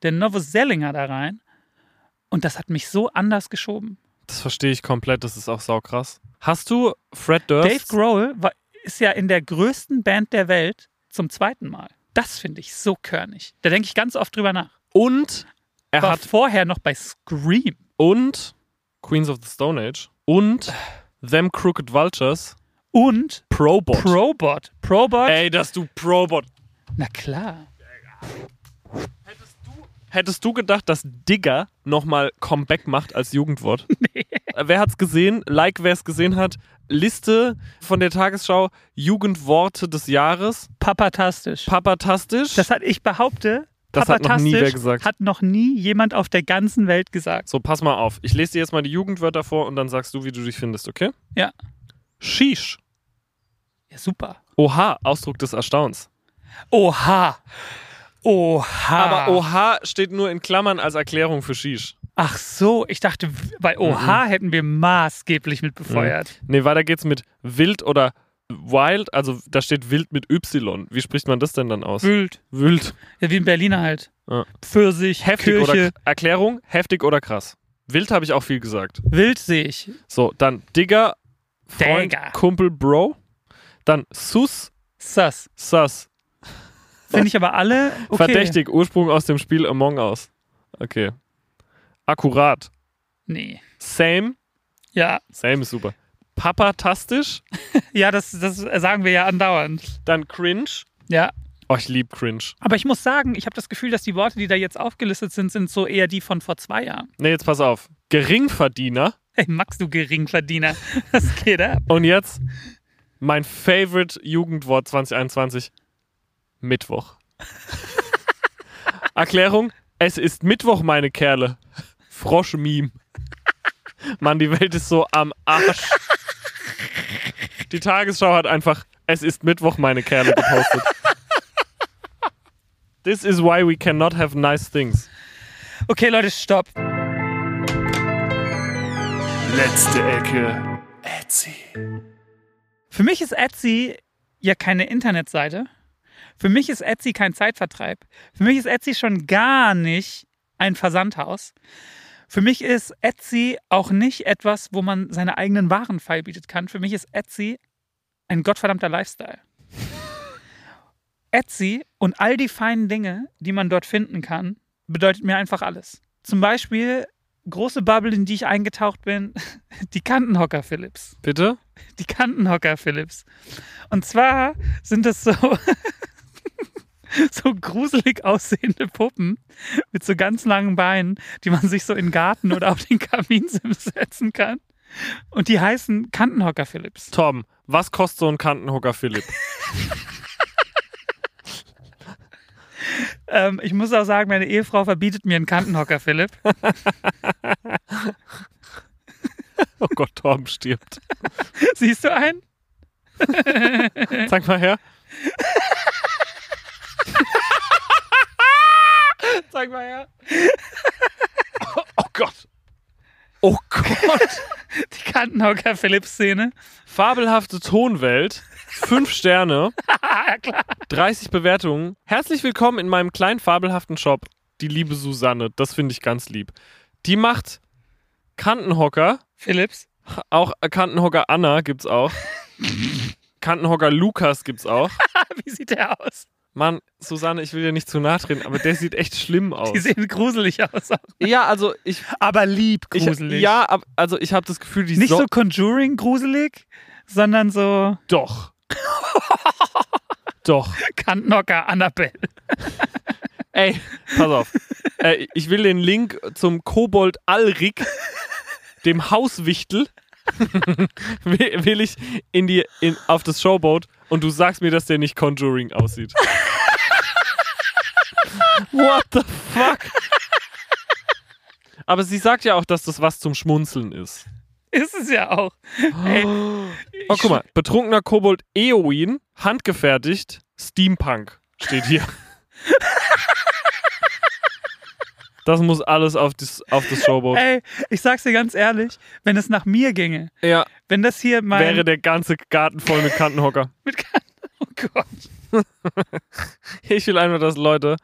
der Novosellinger da rein und das hat mich so anders geschoben. Das verstehe ich komplett. Das ist auch saukrass. Hast du Fred Durst? Dave Grohl war, ist ja in der größten Band der Welt zum zweiten Mal. Das finde ich so körnig. Da denke ich ganz oft drüber nach. und er War hat vorher noch bei Scream und Queens of the Stone Age Äh. und Them Crooked Vultures und Probot. Probot. Probot, Ey, dass du Probot. na klar. Hättest du gedacht, dass Digger nochmal Comeback macht als Jugendwort? Äh, Wer hat's gesehen? Like, wer es gesehen hat. Liste von der Tagesschau Jugendworte des Jahres. Papatastisch. Papatastisch. Das hat ich behaupte. Das hat noch nie wer papatastisch gesagt. Hat noch nie jemand auf der ganzen Welt gesagt. so, pass mal auf. Ich lese dir jetzt mal die Jugendwörter vor und dann sagst du, wie du dich findest, okay? Ja. Sheesh. Ja, super. Oha, Ausdruck des Erstaunens. Oha. Oha. Aber Oha steht nur in Klammern als Erklärung für Sheesh. Ach so, ich dachte, bei Mhm. Oha hätten wir maßgeblich mit befeuert. Nee, weiter geht's mit wild oder wild. Also da steht wild mit Y. Wie spricht man das denn dann aus? Wild. Wild. Ja, wie in Berliner halt. Mhm. Ja. Pfirsich, Heftig Kirche. oder Erklärung, heftig oder krass. Wild habe ich auch viel gesagt. Wild sehe ich. So, dann Digger, Freund, Digger. Kumpel, Bro. Dann Sus, Sass. Sus. Finde ich aber alle okay. Verdächtig, Ursprung aus dem Spiel Among Us. Okay. Akkurat. Nee. Same. Ja, Same ist super. Papatastisch. ja das, das sagen wir ja andauernd. Dann Cringe. Ja. Oh, ich lieb Cringe. Aber ich muss sagen, ich habe das Gefühl, dass die Worte, die da jetzt aufgelistet sind, sind so eher die von vor zwei Jahren. Ne, jetzt pass auf. Geringverdiener. Hey, Max, du Geringverdiener. Was geht ab? Und jetzt mein favorite Jugendwort 2021: Mittwoch. Erklärung: Es ist Mittwoch, meine Kerle. Frosch-Meme. Mann, die Welt ist so am Arsch. Die Tagesschau hat einfach: Es ist Mittwoch, meine Kerle gepostet. This is why we cannot have nice things. Okay, Leute, stopp. Letzte Ecke. Etsy. Für mich ist Etsy ja keine Internetseite. Für mich ist Etsy kein Zeitvertreib. Für mich ist Etsy schon gar nicht ein Versandhaus. Für mich ist Etsy auch nicht etwas, wo man seine eigenen Waren feilbietet kann. Für mich ist Etsy ein gottverdammter Lifestyle. Etsy und all die feinen Dinge, die man dort finden kann, bedeutet mir einfach alles. Zum Beispiel große Bubble, in die ich eingetaucht bin, die Kantenhocker Philips Bitte? die Kantenhocker Philips. Und zwar sind das so, so gruselig aussehende Puppen mit so ganz langen Beinen, die man sich so in den Garten oder auf den Kaminsims setzen kann. Und die heißen Kantenhocker Philips. Tom, was kostet so ein Kantenhocker Philipp? Ähm, ich muss auch sagen, meine Ehefrau verbietet mir einen Kantenhocker Philipp. Oh Gott, Tom stirbt. Siehst du einen? Zeig mal her. Zeig mal her. Oh Gott. Oh Gott. Die Kantenhocker Philips Szene. Fabelhafte Tonwelt. Fünf Sterne. 30 Bewertungen. Herzlich willkommen in meinem kleinen fabelhaften Shop. Die liebe Susanne. Das finde ich ganz lieb. Die macht Kantenhocker. Philips. Auch äh, Kantenhocker Anna gibt's auch. Kantenhocker Lukas gibt's auch. Wie sieht der aus? Mann, Susanne, ich will dir nicht zu nahe treten, aber der sieht echt schlimm Die aus. sehen gruselig aus. Ja, also ich. Aber lieb ich gruselig. ja, ab- also ich habe das Gefühl, die Nicht so- so Conjuring gruselig, sondern so Doch. Doch. Kantenhocker Annabelle. Ey, pass auf. äh, ich will den Link zum Kobold Alrik, dem Hauswichtel, will, will ich in die, in, auf das Showboat und du sagst mir, dass der nicht Conjuring aussieht. What the fuck? Aber sie sagt ja auch, dass das was zum Schmunzeln ist. Ist es ja auch. Oh, guck mal. Betrunkener Kobold Eowyn, handgefertigt, Steampunk steht hier. das muss alles auf das, auf das Showboat. Ey, ich sag's dir ganz ehrlich, wenn es nach mir ginge, ja. wenn das hier Äh, mein Wäre der ganze Garten voll mit Kantenhocker. mit Oh Gott. Ich will einfach, dass Leute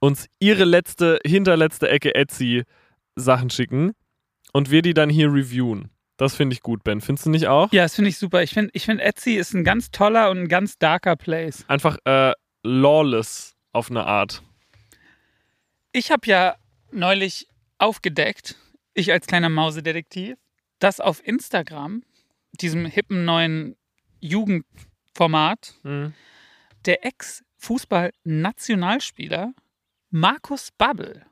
uns ihre letzte, hinterletzte Ecke Etsy Sachen schicken und wir die dann hier reviewen. Das finde ich gut, Ben. Findest du nicht auch? Ja, das finde ich super. Ich finde ich find Etsy ist ein ganz toller und ein ganz darker Place. Einfach äh, lawless auf eine Art. Ich habe ja neulich aufgedeckt, ich als kleiner Mausedetektiv, dass auf Instagram, diesem hippen neuen Jugendformat, der Ex-Fußball-Nationalspieler Markus Babbel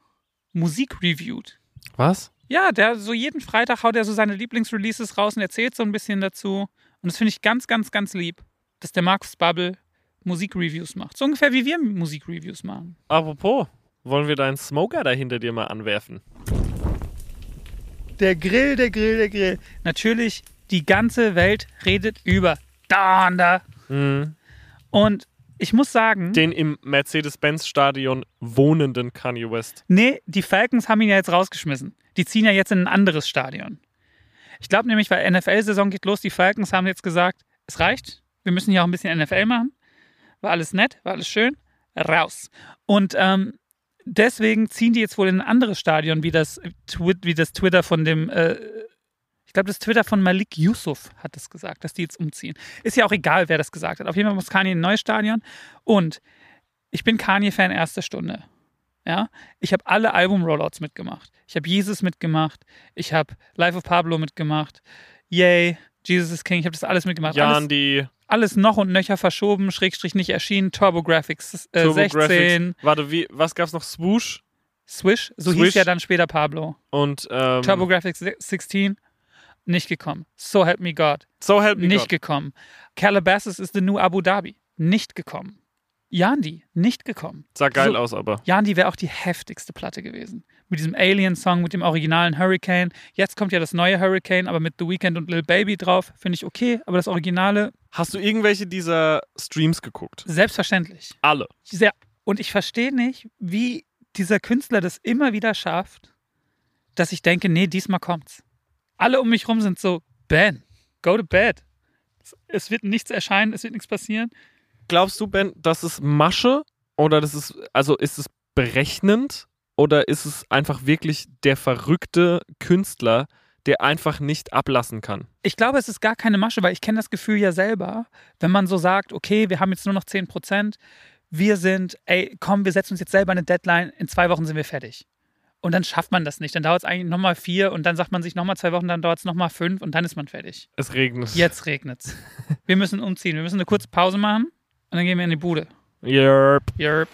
Musik reviewt. Was? Ja, der so jeden Freitag haut er so seine Lieblingsreleases raus und erzählt so ein bisschen dazu. Und das finde ich ganz, ganz, ganz lieb, dass der Markus Babbel Musikreviews macht. So ungefähr wie wir Musikreviews machen. Apropos, wollen wir deinen Smoker da hinter dir mal anwerfen? Der Grill, der Grill, der Grill. Natürlich, die ganze Welt redet über Donda. Und ich muss sagen, Den im Mercedes-Benz-Stadion wohnenden Kanye West. Nee, die Falcons haben ihn ja jetzt rausgeschmissen. Die ziehen ja jetzt in ein anderes Stadion. Ich glaube nämlich, weil NFL-Saison geht los, die Falcons haben jetzt gesagt, es reicht, wir müssen hier auch ein bisschen NFL machen. War alles nett, war alles schön, raus. Und ähm, deswegen ziehen die jetzt wohl in ein anderes Stadion, wie das, Twi- wie das Twitter von dem, äh, ich glaube, das Twitter von Malik Yusuf hat das gesagt, dass die jetzt umziehen. Ist ja auch egal, wer das gesagt hat. Auf jeden Fall muss Kanye in ein neues Stadion. Und ich bin Kanye-Fan erster Stunde. Ja, ich habe alle Album-Rollouts mitgemacht. Ich habe Jesus mitgemacht. Ich habe Life of Pablo mitgemacht. Yay, Jesus is King. Ich habe das alles mitgemacht. alles, Jan, die alles noch und nöcher verschoben, Schrägstrich nicht erschienen, TurboGrafx äh, TurboGrafx. 16, Warte, wie, was gab's noch? Swoosh Swish, so Swish. hieß ja dann später Pablo. und ähm, TurboGrafx 16, Nicht gekommen. So help me God. So help me Nicht God. gekommen. Calabasas is the new Abu Dhabi. Nicht gekommen. Yandi. Nicht gekommen. Sah geil So. aus, aber. Yandi wäre auch die heftigste Platte gewesen. Mit diesem Alien-Song, mit dem originalen Hurricane. Jetzt kommt ja das neue Hurricane, aber mit The Weeknd und Lil Baby drauf. Finde ich okay, aber das Originale, Hast du irgendwelche dieser Streams geguckt? selbstverständlich. Alle. Sehr. Und ich verstehe nicht, wie dieser Künstler das immer wieder schafft, dass ich denke, nee, diesmal kommt's. Alle um mich rum sind so, Ben, go to bed. Es wird nichts erscheinen, es wird nichts passieren. Glaubst du, Ben, das ist Masche oder das ist, also ist es berechnend oder ist es einfach wirklich der verrückte Künstler, der einfach nicht ablassen kann? Ich glaube, es ist gar keine Masche, weil ich kenne das Gefühl ja selber, wenn man so sagt, okay, wir haben jetzt nur noch 10 Prozent, wir sind, ey, komm, wir setzen uns jetzt selber eine Deadline, in zwei Wochen sind wir fertig. Und dann schafft man das nicht. Dann dauert es eigentlich nochmal vier und dann sagt man sich nochmal zwei Wochen, dann dauert es nochmal fünf und dann ist man fertig. Es regnet. Jetzt regnet's. Wir müssen umziehen. Wir müssen eine kurze Pause machen und dann gehen wir in die Bude. Yerp. Yerp.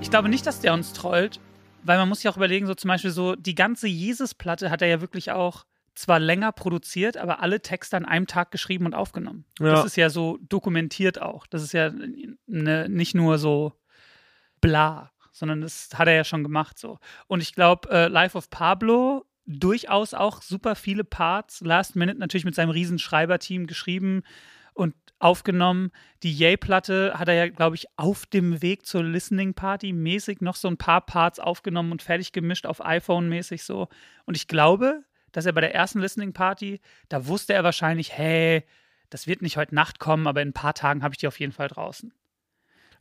Ich glaube nicht, dass der uns trollt, weil man muss ja auch überlegen, so zum Beispiel so die ganze Jesus-Platte hat er ja wirklich auch zwar länger produziert, aber alle Texte an einem Tag geschrieben und aufgenommen. Ja. Das ist ja so dokumentiert auch. Das ist ja ne, nicht nur so bla, sondern das hat er ja schon gemacht so. Und ich glaube, äh, Life of Pablo durchaus auch super viele Parts, Last Minute natürlich mit seinem riesen Schreiberteam geschrieben und aufgenommen. Die Yay-Platte hat er ja, glaube ich, auf dem Weg zur Listening Party mäßig noch so ein paar Parts aufgenommen und fertig gemischt auf iPhone mäßig so. Und ich glaube, dass er bei der ersten Listening Party, da wusste er wahrscheinlich, hey, das wird nicht heute Nacht kommen, aber in ein paar Tagen habe ich die auf jeden Fall draußen.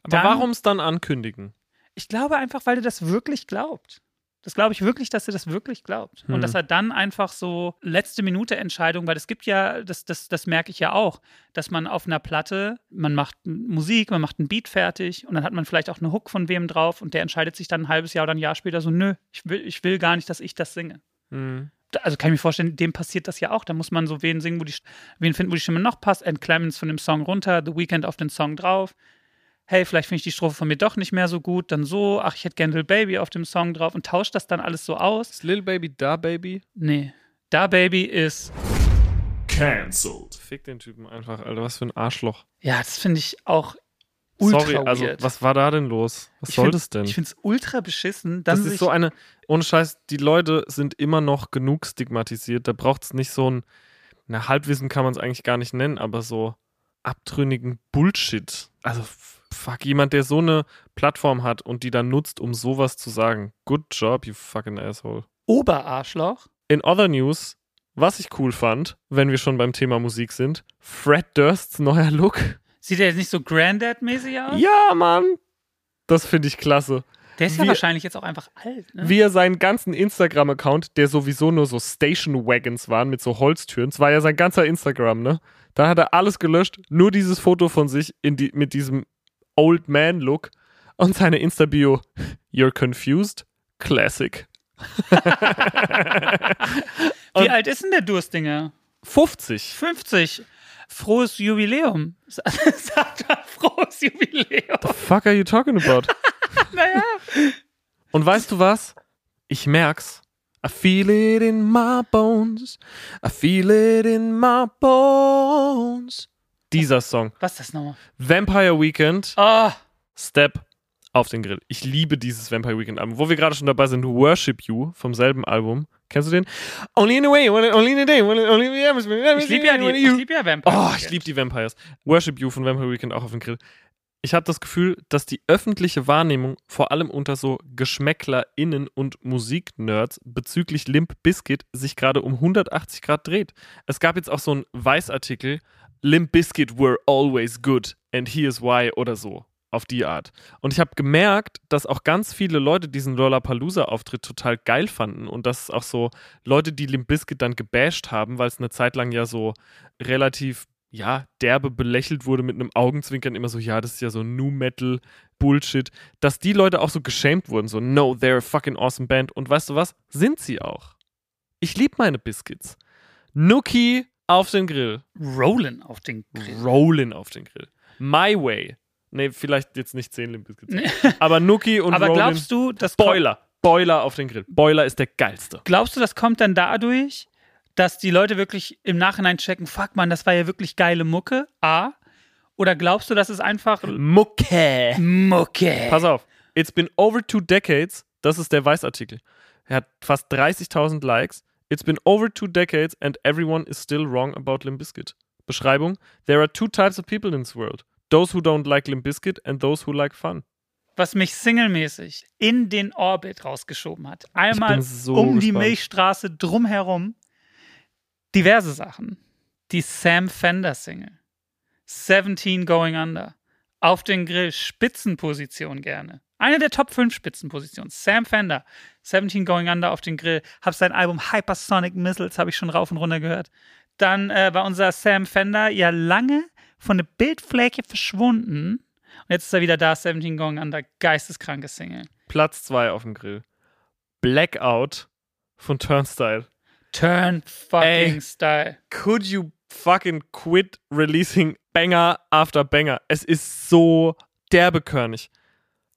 Aber Dann- warum es dann ankündigen? Ich glaube einfach, weil er das wirklich glaubt. Das glaube ich wirklich, dass er das wirklich glaubt. Hm. Und dass er dann einfach so letzte Minute Entscheidung, weil es gibt ja, das, das, das merke ich ja auch, dass man auf einer Platte, man macht n- Musik, man macht einen Beat fertig und dann hat man vielleicht auch einen Hook von wem drauf und der entscheidet sich dann ein halbes Jahr oder ein Jahr später so, nö, ich will, ich will gar nicht, dass ich das singe. Hm. Da- Also kann ich mir vorstellen, dem passiert das ja auch. Da muss man so wen singen, wo die, St- wen finden, wo die Stimme noch passt. Ed Clemens von dem Song runter, The Weeknd auf den Song drauf. Hey, vielleicht finde ich die Strophe von mir doch nicht mehr so gut. Dann so, ach, ich hätte gerne Lil Baby auf dem Song drauf und tauscht das dann alles so aus. Ist Lil Baby da, Baby? Nee, da Baby ist, Cancelled. Fick den Typen einfach, Alter. Was für ein Arschloch. ja, das finde ich auch ultra Sorry, also weird. was war da denn los? Was ich soll find- das denn? Ich finde es ultra beschissen. Dann das ist sich, so eine, ohne Scheiß, die Leute sind immer noch genug stigmatisiert. Da braucht es nicht so ein, na, Halbwissen kann man es eigentlich gar nicht nennen, aber so abtrünnigen Bullshit. Also, f- fuck, jemand, der so eine Plattform hat und die dann nutzt, um sowas zu sagen. Good job, you fucking asshole. Oberarschloch. In other news, was ich cool fand, wenn wir schon beim Thema Musik sind, Fred Dursts neuer Look. Sieht er jetzt nicht so Granddad-mäßig aus? Ja, Mann! Das finde ich klasse. Der ist ja Wie- wahrscheinlich jetzt auch einfach alt. Ne? wie er seinen ganzen Instagram-Account, der sowieso nur so Station-Wagons waren mit so Holztüren, das war ja sein ganzer Instagram, ne? Da hat er alles gelöscht, nur dieses Foto von sich in die, mit diesem Old Man-Look und seine Insta-Bio. You're confused? Classic. Wie Und- alt ist denn der Durstinger? 50. 50. Frohes Jubiläum. Sagt er, frohes Jubiläum. The fuck are you talking about? Naja. Und weißt du was? Ich merk's. I feel it in my bones. I feel it in my bones. Dieser Song. Was ist das nochmal? Vampire Weekend, Oh, Step auf den Grill. Ich liebe dieses Vampire Weekend Album. Wo wir gerade schon dabei sind, Worship You vom selben Album. Kennst du den? Only in a way, only in a day, only in a way. ich liebe ja, die- ich lieb ja Vampire. Oh, ich liebe die Vampires. Worship You von Vampire Weekend auch auf den Grill. Ich habe das Gefühl, dass die öffentliche Wahrnehmung vor allem unter so GeschmäcklerInnen und Musiknerds bezüglich Limp Bizkit sich gerade um 180 Grad dreht. Es gab jetzt auch so einen Weißartikel, Limp Bizkit were always good and here's why oder so. Auf die Art. Und ich habe gemerkt, dass auch ganz viele Leute diesen Lollapalooza-Auftritt total geil fanden und dass es auch so Leute, die Limp Bizkit dann gebasht haben, weil es eine Zeit lang ja so relativ, ja, derbe belächelt wurde mit einem Augenzwinkern, immer so, ja, das ist ja so New Metal Bullshit, dass die Leute auch so geschämt wurden, so, no, they're a fucking awesome band. Und weißt du was? Sind sie auch. Ich liebe meine Biscuits. Nookie auf den Grill. Rollen auf den Grill. Rollin auf den Grill. My Way. Nee, vielleicht jetzt nicht 10 Limp Bizkit. Nee. Aber Nookie und Aber Rollin. glaubst du, dass. Spoiler. Boiler auf den Grill. Boiler ist der geilste. Glaubst du, das kommt dann dadurch, dass die Leute wirklich im Nachhinein checken, fuck man, das war ja wirklich geile Mucke? A. Oder glaubst du, das ist einfach Mucke. Mucke? Äh. Pass auf. It's been over two decades. Das ist der Weißartikel. Er hat fast 30.000 Likes. It's been over two decades and everyone is still wrong about Limp Bizkit. Beschreibung. There are two types of people in this world. Those who don't like Limp Bizkit and those who like fun. was mich singlemäßig in den Orbit rausgeschoben hat. Ich Einmal bin so um die gespannt. Milchstraße drumherum. Diverse Sachen. Die Sam Fender Single. 17 Going Under. Auf den Grill. Spitzenposition gerne. Eine der Top 5 Spitzenpositionen. Sam Fender. 17 Going Under auf den Grill. Hab sein Album Hypersonic Missiles, habe ich schon rauf und runter gehört. Dann äh, war unser Sam Fender ja lange von der Bildfläche verschwunden. Und jetzt ist er wieder da, 17 Gong Under, geisteskranke Single. Platz 2 auf dem Grill. Blackout von Turnstyle. Turn fucking Ey. style. Could you fucking quit releasing Banger after Banger? Es ist so derbekörnig.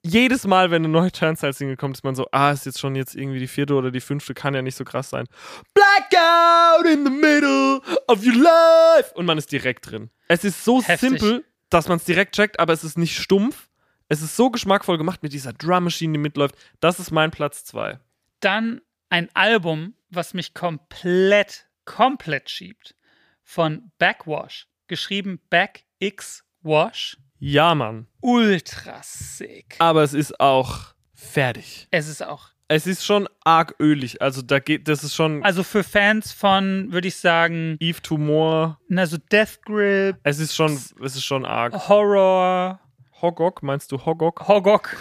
Jedes Mal, wenn eine neue Turnstyle-Single kommt, ist man so, ah, ist jetzt schon jetzt irgendwie die vierte oder die fünfte, kann ja nicht so krass sein. Blackout in the middle of your life. Und man ist direkt drin. Es ist so Heftig. simpel, dass man es direkt checkt, aber es ist nicht stumpf. Es ist so geschmackvoll gemacht mit dieser Drum-Machine, die mitläuft. Das ist mein Platz 2. Dann ein Album, was mich komplett, komplett schiebt. Von Backwash. Geschrieben Back X Wash. Ja, Mann. Ultra sick. Aber es ist auch fertig. Es ist auch. Es ist schon arg ölig. Also da geht, das ist schon Also für Fans von, würde ich sagen, Eve Tumor. na so Death Grip, Es ist schon, es ist schon Oh. arg. Horror, Hogok, meinst du Hogok? Hogok.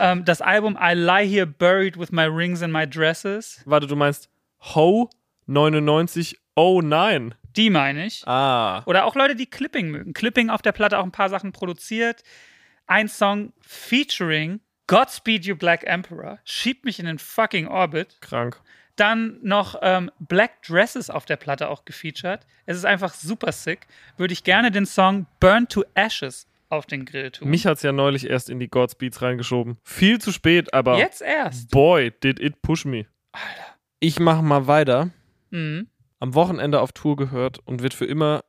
ähm, das Album I Lie Here Buried with My Rings and My Dresses. Warte, du meinst Ho 99 oh nein. Die meine ich. Ah. Oder auch Leute, die Clipping mögen. Clipping auf der Platte auch ein paar Sachen produziert. Ein Song featuring Godspeed You Black Emperor schiebt mich in den fucking Orbit. Krank. Dann noch ähm, Black Dresses auf der Platte auch gefeatured. Es ist einfach super sick. Würde ich gerne den Song Burn to Ashes auf den Grill tun. Mich hat's ja neulich erst in die Godspeeds reingeschoben. Viel zu spät, aber Jetzt erst. boy, did it push me. Alter. Ich mach mal weiter. Mhm. Am Wochenende auf Tour gehört und wird für immer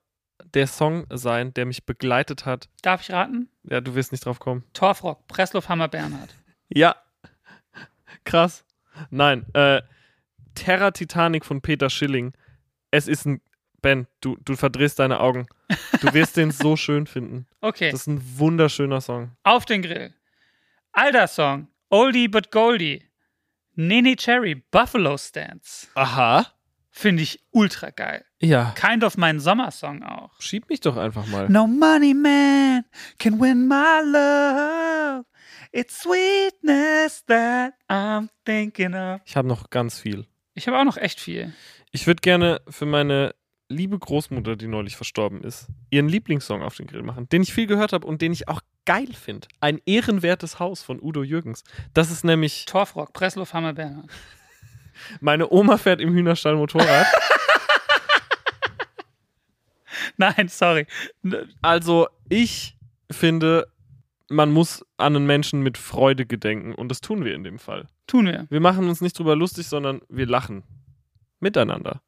der Song sein, der mich begleitet hat. Darf ich raten? Ja, du wirst nicht drauf kommen. Torfrock, Pressluft Hammer Bernhard. Ja. Krass. Nein, äh, Terra Titanic von Peter Schilling. Es ist ein. Ben, du, du verdrehst deine Augen. Du wirst den so schön finden. Okay. Das ist ein wunderschöner Song. Auf den Grill. Alter Song. Oldie but Goldie. Nene Cherry. Buffalo Stance. Aha. Finde ich ultra geil. Ja. Kind of mein Sommersong auch. Schieb mich doch einfach mal. No money man can win my love. It's sweetness that I'm thinking of. Ich habe noch ganz viel. Ich habe auch noch echt viel. Ich würde gerne für meine liebe Großmutter, die neulich verstorben ist, ihren Lieblingssong auf den Grill machen, den ich viel gehört habe und den ich auch geil finde. Ein ehrenwertes Haus von Udo Jürgens. Das ist nämlich Torfrock, Pressluft Hammer Bernhard. Meine Oma fährt im Hühnerstall Motorrad. Nein, sorry. N- Also, ich finde, man muss an einen Menschen mit Freude gedenken. Und das tun wir in dem Fall. Tun wir. Wir machen uns nicht drüber lustig, sondern wir lachen. Miteinander.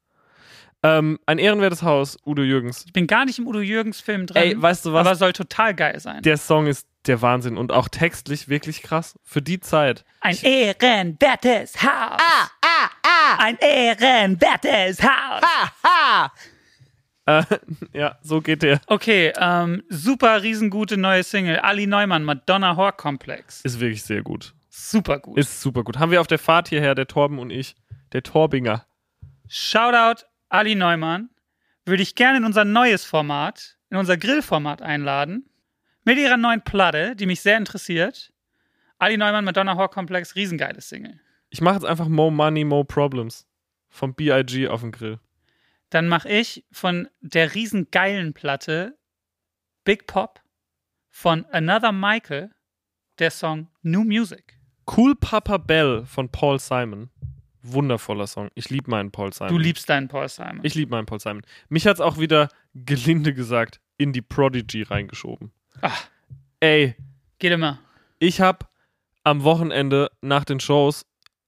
Ähm, ein ehrenwertes Haus, Udo Jürgens. Ich bin gar nicht im Udo Jürgens Film drin. Ey, weißt du was? aber soll total geil sein. der Song ist der Wahnsinn und auch textlich wirklich krass. Für die Zeit. Ein ehrenwertes Haus. Ah, ah, ah. Ein ehrenwertes Haus. Äh, ja, so geht der. Okay, ähm, super riesengute neue Single. Ali Neumann, Madonna Horror Complex. Ist wirklich sehr gut. Super gut. Ist super gut. Haben wir auf der Fahrt hierher, der Torben und ich, der Torbinger. Shoutout Ali Neumann. Würde ich gerne in unser neues Format, in unser Grillformat einladen. Mit ihrer neuen Platte, die mich sehr interessiert. Ali Neumann, Madonna Horror Complex, riesengeiles Single. Ich mache jetzt einfach Mo Money, Mo Problems. Vom BIG auf den Grill. Dann mache ich von der riesengeilen Platte Big Pop von Another Michael der Song New Music. Cool Papa Bell von Paul Simon. Wundervoller Song. Ich liebe meinen Paul Simon. Du liebst deinen Paul Simon. Ich liebe meinen Paul Simon. Mich hat's auch wieder gelinde gesagt in die Prodigy reingeschoben. Ach, Ey, Ah, geht immer. ich hab am Wochenende nach den Shows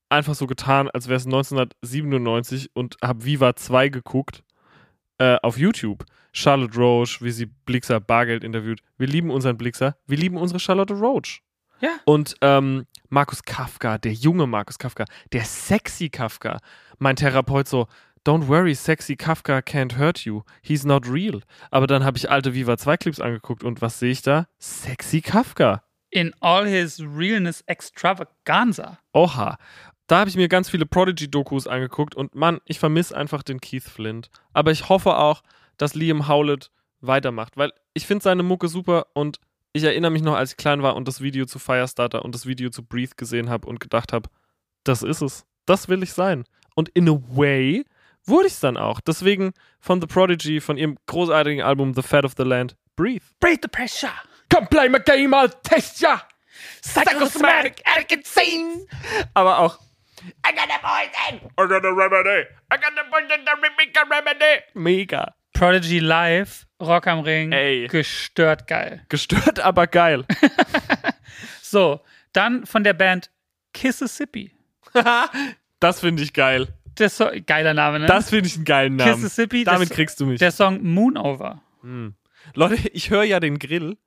einfach so getan, als wäre es 1997 und habe Viva 2 geguckt äh, auf YouTube. Charlotte Roche, wie sie Blixer Bargeld interviewt. Wir lieben unseren Blixer. Wir lieben unsere Charlotte Roche. Ja. Und ähm, Markus Kafka, der junge Markus Kafka, der sexy Kafka. Mein Therapeut so, don't worry, sexy Kafka can't hurt you. He's not real. Aber dann habe ich alte Viva 2 Clips angeguckt und was sehe ich da? Sexy Kafka. In all his realness extravaganza. Oha. Da habe ich mir ganz viele Prodigy-Dokus angeguckt und Mann, ich vermisse einfach den Keith Flint. Aber ich hoffe auch, dass Liam Howlett weitermacht, weil ich finde seine Mucke super und ich erinnere mich noch, als ich klein war und das Video zu Firestarter und das Video zu Breathe gesehen habe und gedacht habe, das ist es. Das will ich sein. Und in a way wurde ich es dann auch. Deswegen von The Prodigy, von ihrem großartigen Album The Fat of the Land, Breathe. Breathe the pressure. Come play my game, I'll test ya! Psychosomatic arrogant scenes. Aber auch I got a poison. I got a remedy. I got a poison to make a remedy. Mega. Prodigy live, Rock am Ring. Ey. Gestört geil. Gestört, aber geil. So, dann von der Band Kississippi. das finde ich geil. Der so geiler Name, ne? Das finde ich einen geilen Namen. Kississippi. Damit der, kriegst du mich. der Song Moon Over. Hm. Leute, ich höre ja den Grill,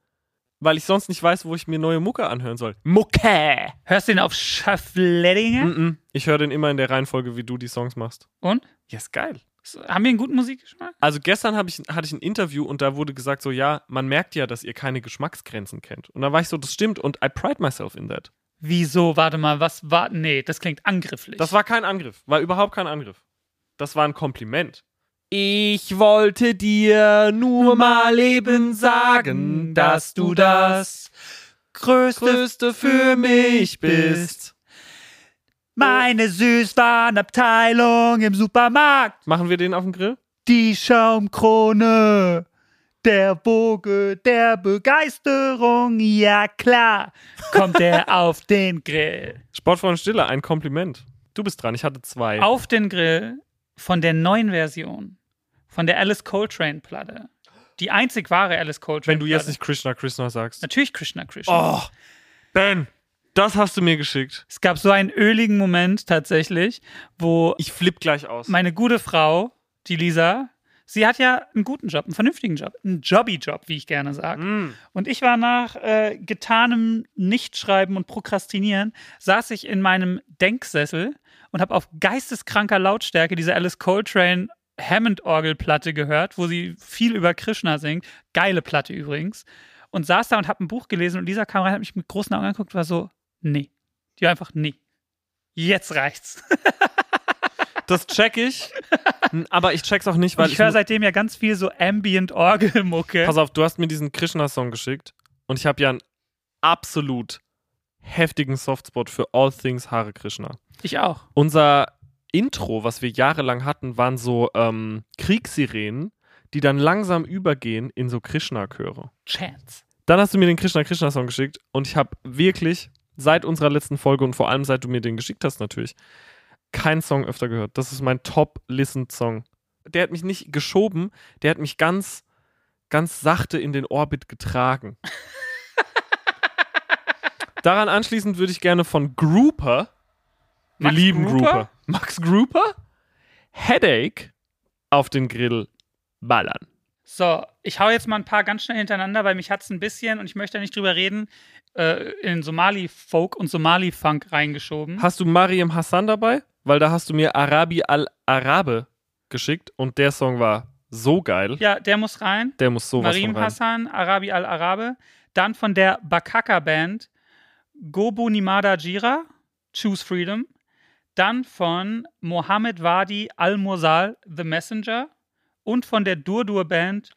weil ich sonst nicht weiß, wo ich mir neue Mucke anhören soll. Mucke! Hörst du den auf Schaffledinger? Mhm. Ich höre den immer in der Reihenfolge, wie du die Songs machst. Und? Ja, ist geil. So, Haben wir einen guten Musikgeschmack? Also gestern hab ich, hatte ich ein Interview und da wurde gesagt so, ja, man merkt ja, dass ihr keine Geschmacksgrenzen kennt. Und da war ich so, das stimmt und I pride myself in that. Wieso? Warte mal, was war. Nee, das klingt angrifflich. Das war kein Angriff, war überhaupt kein Angriff. Das war ein Kompliment. Ich wollte dir nur mal eben sagen, dass du das größte Größte für mich bist. meine Süßwarenabteilung im Supermarkt. Machen wir den auf den Grill? Die Schaumkrone. Der Boge der Begeisterung, ja klar, kommt er auf den Grill. Sportfreund Stille, ein Kompliment. Du bist dran, ich hatte zwei. Auf den Grill von der neuen Version, von der Alice Coltrane-Platte. Die einzig wahre Alice Coltrane. Wenn du jetzt nicht Krishna Krishna sagst. Natürlich Krishna Krishna. Oh, Ben, das hast du mir geschickt. Es gab so einen öligen Moment tatsächlich, wo Ich flipp gleich aus. meine gute Frau, die Lisa, sie hat ja einen guten Job, einen vernünftigen Job, einen Jobby-Job, wie ich gerne sage. Mm. Und ich war nach äh, getanem Nichtschreiben und Prokrastinieren, saß ich in meinem Denksessel und habe auf geisteskranker Lautstärke diese Alice Coltrane Hammond-Orgelplatte gehört, wo sie viel über Krishna singt. Geile Platte übrigens. Und saß da und habe ein Buch gelesen und Lisa kam rein, hat mich mit großen Augen angeguckt war so, nee. Die war einfach, nee. Jetzt reicht's. Das check ich, aber ich check's auch nicht, Und weil ich höre mu- seitdem ja ganz viel so Ambient-Orgelmucke. Pass auf, du hast mir diesen Krishna-Song geschickt und ich habe ja einen absolut heftigen Softspot für All Things Hare Krishna. Ich auch. Unser Intro, was wir jahrelang hatten, waren so ähm, Kriegssirenen, die dann langsam übergehen in so Krishna-Chöre. Chance. Dann hast du mir den Krishna Krishna Song geschickt und ich habe wirklich seit unserer letzten Folge und vor allem seit du mir den geschickt hast natürlich keinen Song öfter gehört. Das ist mein Top Listen Song. Der hat mich nicht geschoben, der hat mich ganz ganz sachte in den Orbit getragen. Daran anschließend würde ich gerne von Grouper, wir Max lieben Gruber? Grouper, Max Grouper, Headache auf den Grill ballern. So, ich hau jetzt mal ein paar ganz schnell hintereinander, weil mich hat's ein bisschen, und ich möchte da nicht drüber reden, äh, in Somali-Folk und Somali-Funk reingeschoben. Hast du Mariam Hassan dabei? Weil da hast du mir Arabi al-Arabe geschickt und der Song war so geil. ja, der muss rein. Der muss sowas Marim Oh, von rein. Hassan, Arabi al-Arabe. Dann von der Bakaka-Band Gobu Nimada Jira, Choose Freedom. Dann von Mohammed Wadi al-Mursal, The Messenger. Und von der Durdur-Band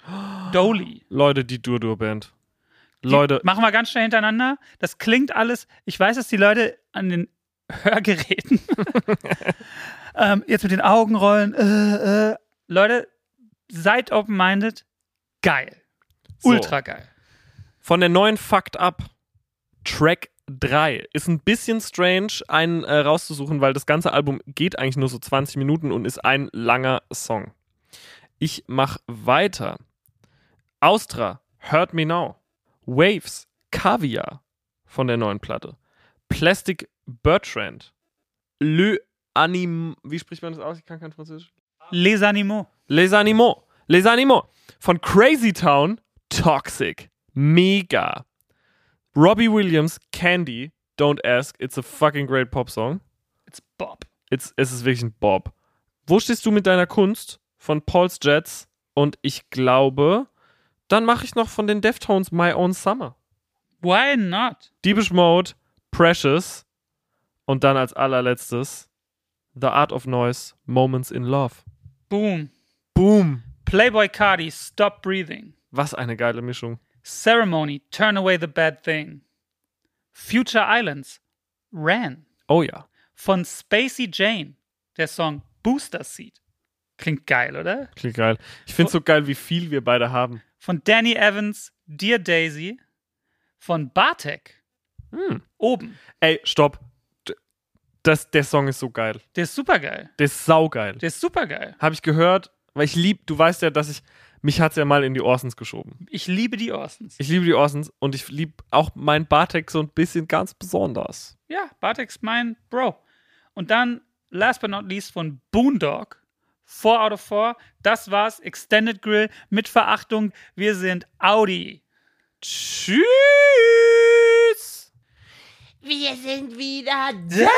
Doli. Leute, die Durdur Band. Die Leute, Machen wir ganz schnell hintereinander. Das klingt alles. Ich weiß, dass die Leute an den Hörgeräten ähm, jetzt mit den Augen rollen. Äh, äh. Leute, seid open-minded. Geil. So. Ultra geil. von der neuen Fucked Up Track 3 ist ein bisschen strange, einen äh, rauszusuchen, weil das ganze Album geht eigentlich nur so 20 Minuten und ist ein langer Song. Ich mach weiter. Austra, Hurt Me Now. Waves, Caviar von der neuen Platte. Plastic Bertrand, Le Anim. Wie spricht man das aus? Ich kann kein Französisch. Les Animaux. Les Animaux. Les Animaux. Von Crazy Town. Toxic. Mega. Robbie Williams. Candy. Don't ask. It's a fucking great pop song. It's Bob. It's, es ist wirklich ein Bob. Wo stehst du mit deiner Kunst? Von Paul's Jets. Und ich glaube, dann mache ich noch von den Deftones My Own Summer. Why not? Deepish Mode, Precious und dann als allerletztes The Art of Noise, Moments in Love. Boom. Boom! Playboy Cardi, Stop Breathing. Was eine geile Mischung. Ceremony, Turn Away the Bad Thing. Future Islands, Ran. Oh ja. Von Spacey Jane, der Song Booster Seat. Klingt geil, oder? Klingt geil. Ich finde es so geil, wie viel wir beide haben. Von Danny Evans, Dear Daisy. Von Bartek, Hm. Oben. Ey, stopp. D- Das, der Song ist so geil. Der ist supergeil. Der ist saugeil. Der ist supergeil. Habe ich gehört, weil ich lieb, du weißt ja, dass ich, mich hat's ja mal in die Orsons geschoben. Ich liebe die Orsons. Ich liebe die Orsons und ich liebe auch meinen Bartek so ein bisschen ganz besonders. Ja, Bartek's mein Bro. Und dann, last but not least, von Boondog. 4 out of 4. Das war's. Extended Grill mit Verachtung. Wir sind Audi. Tschüss! Wir sind wieder Ja!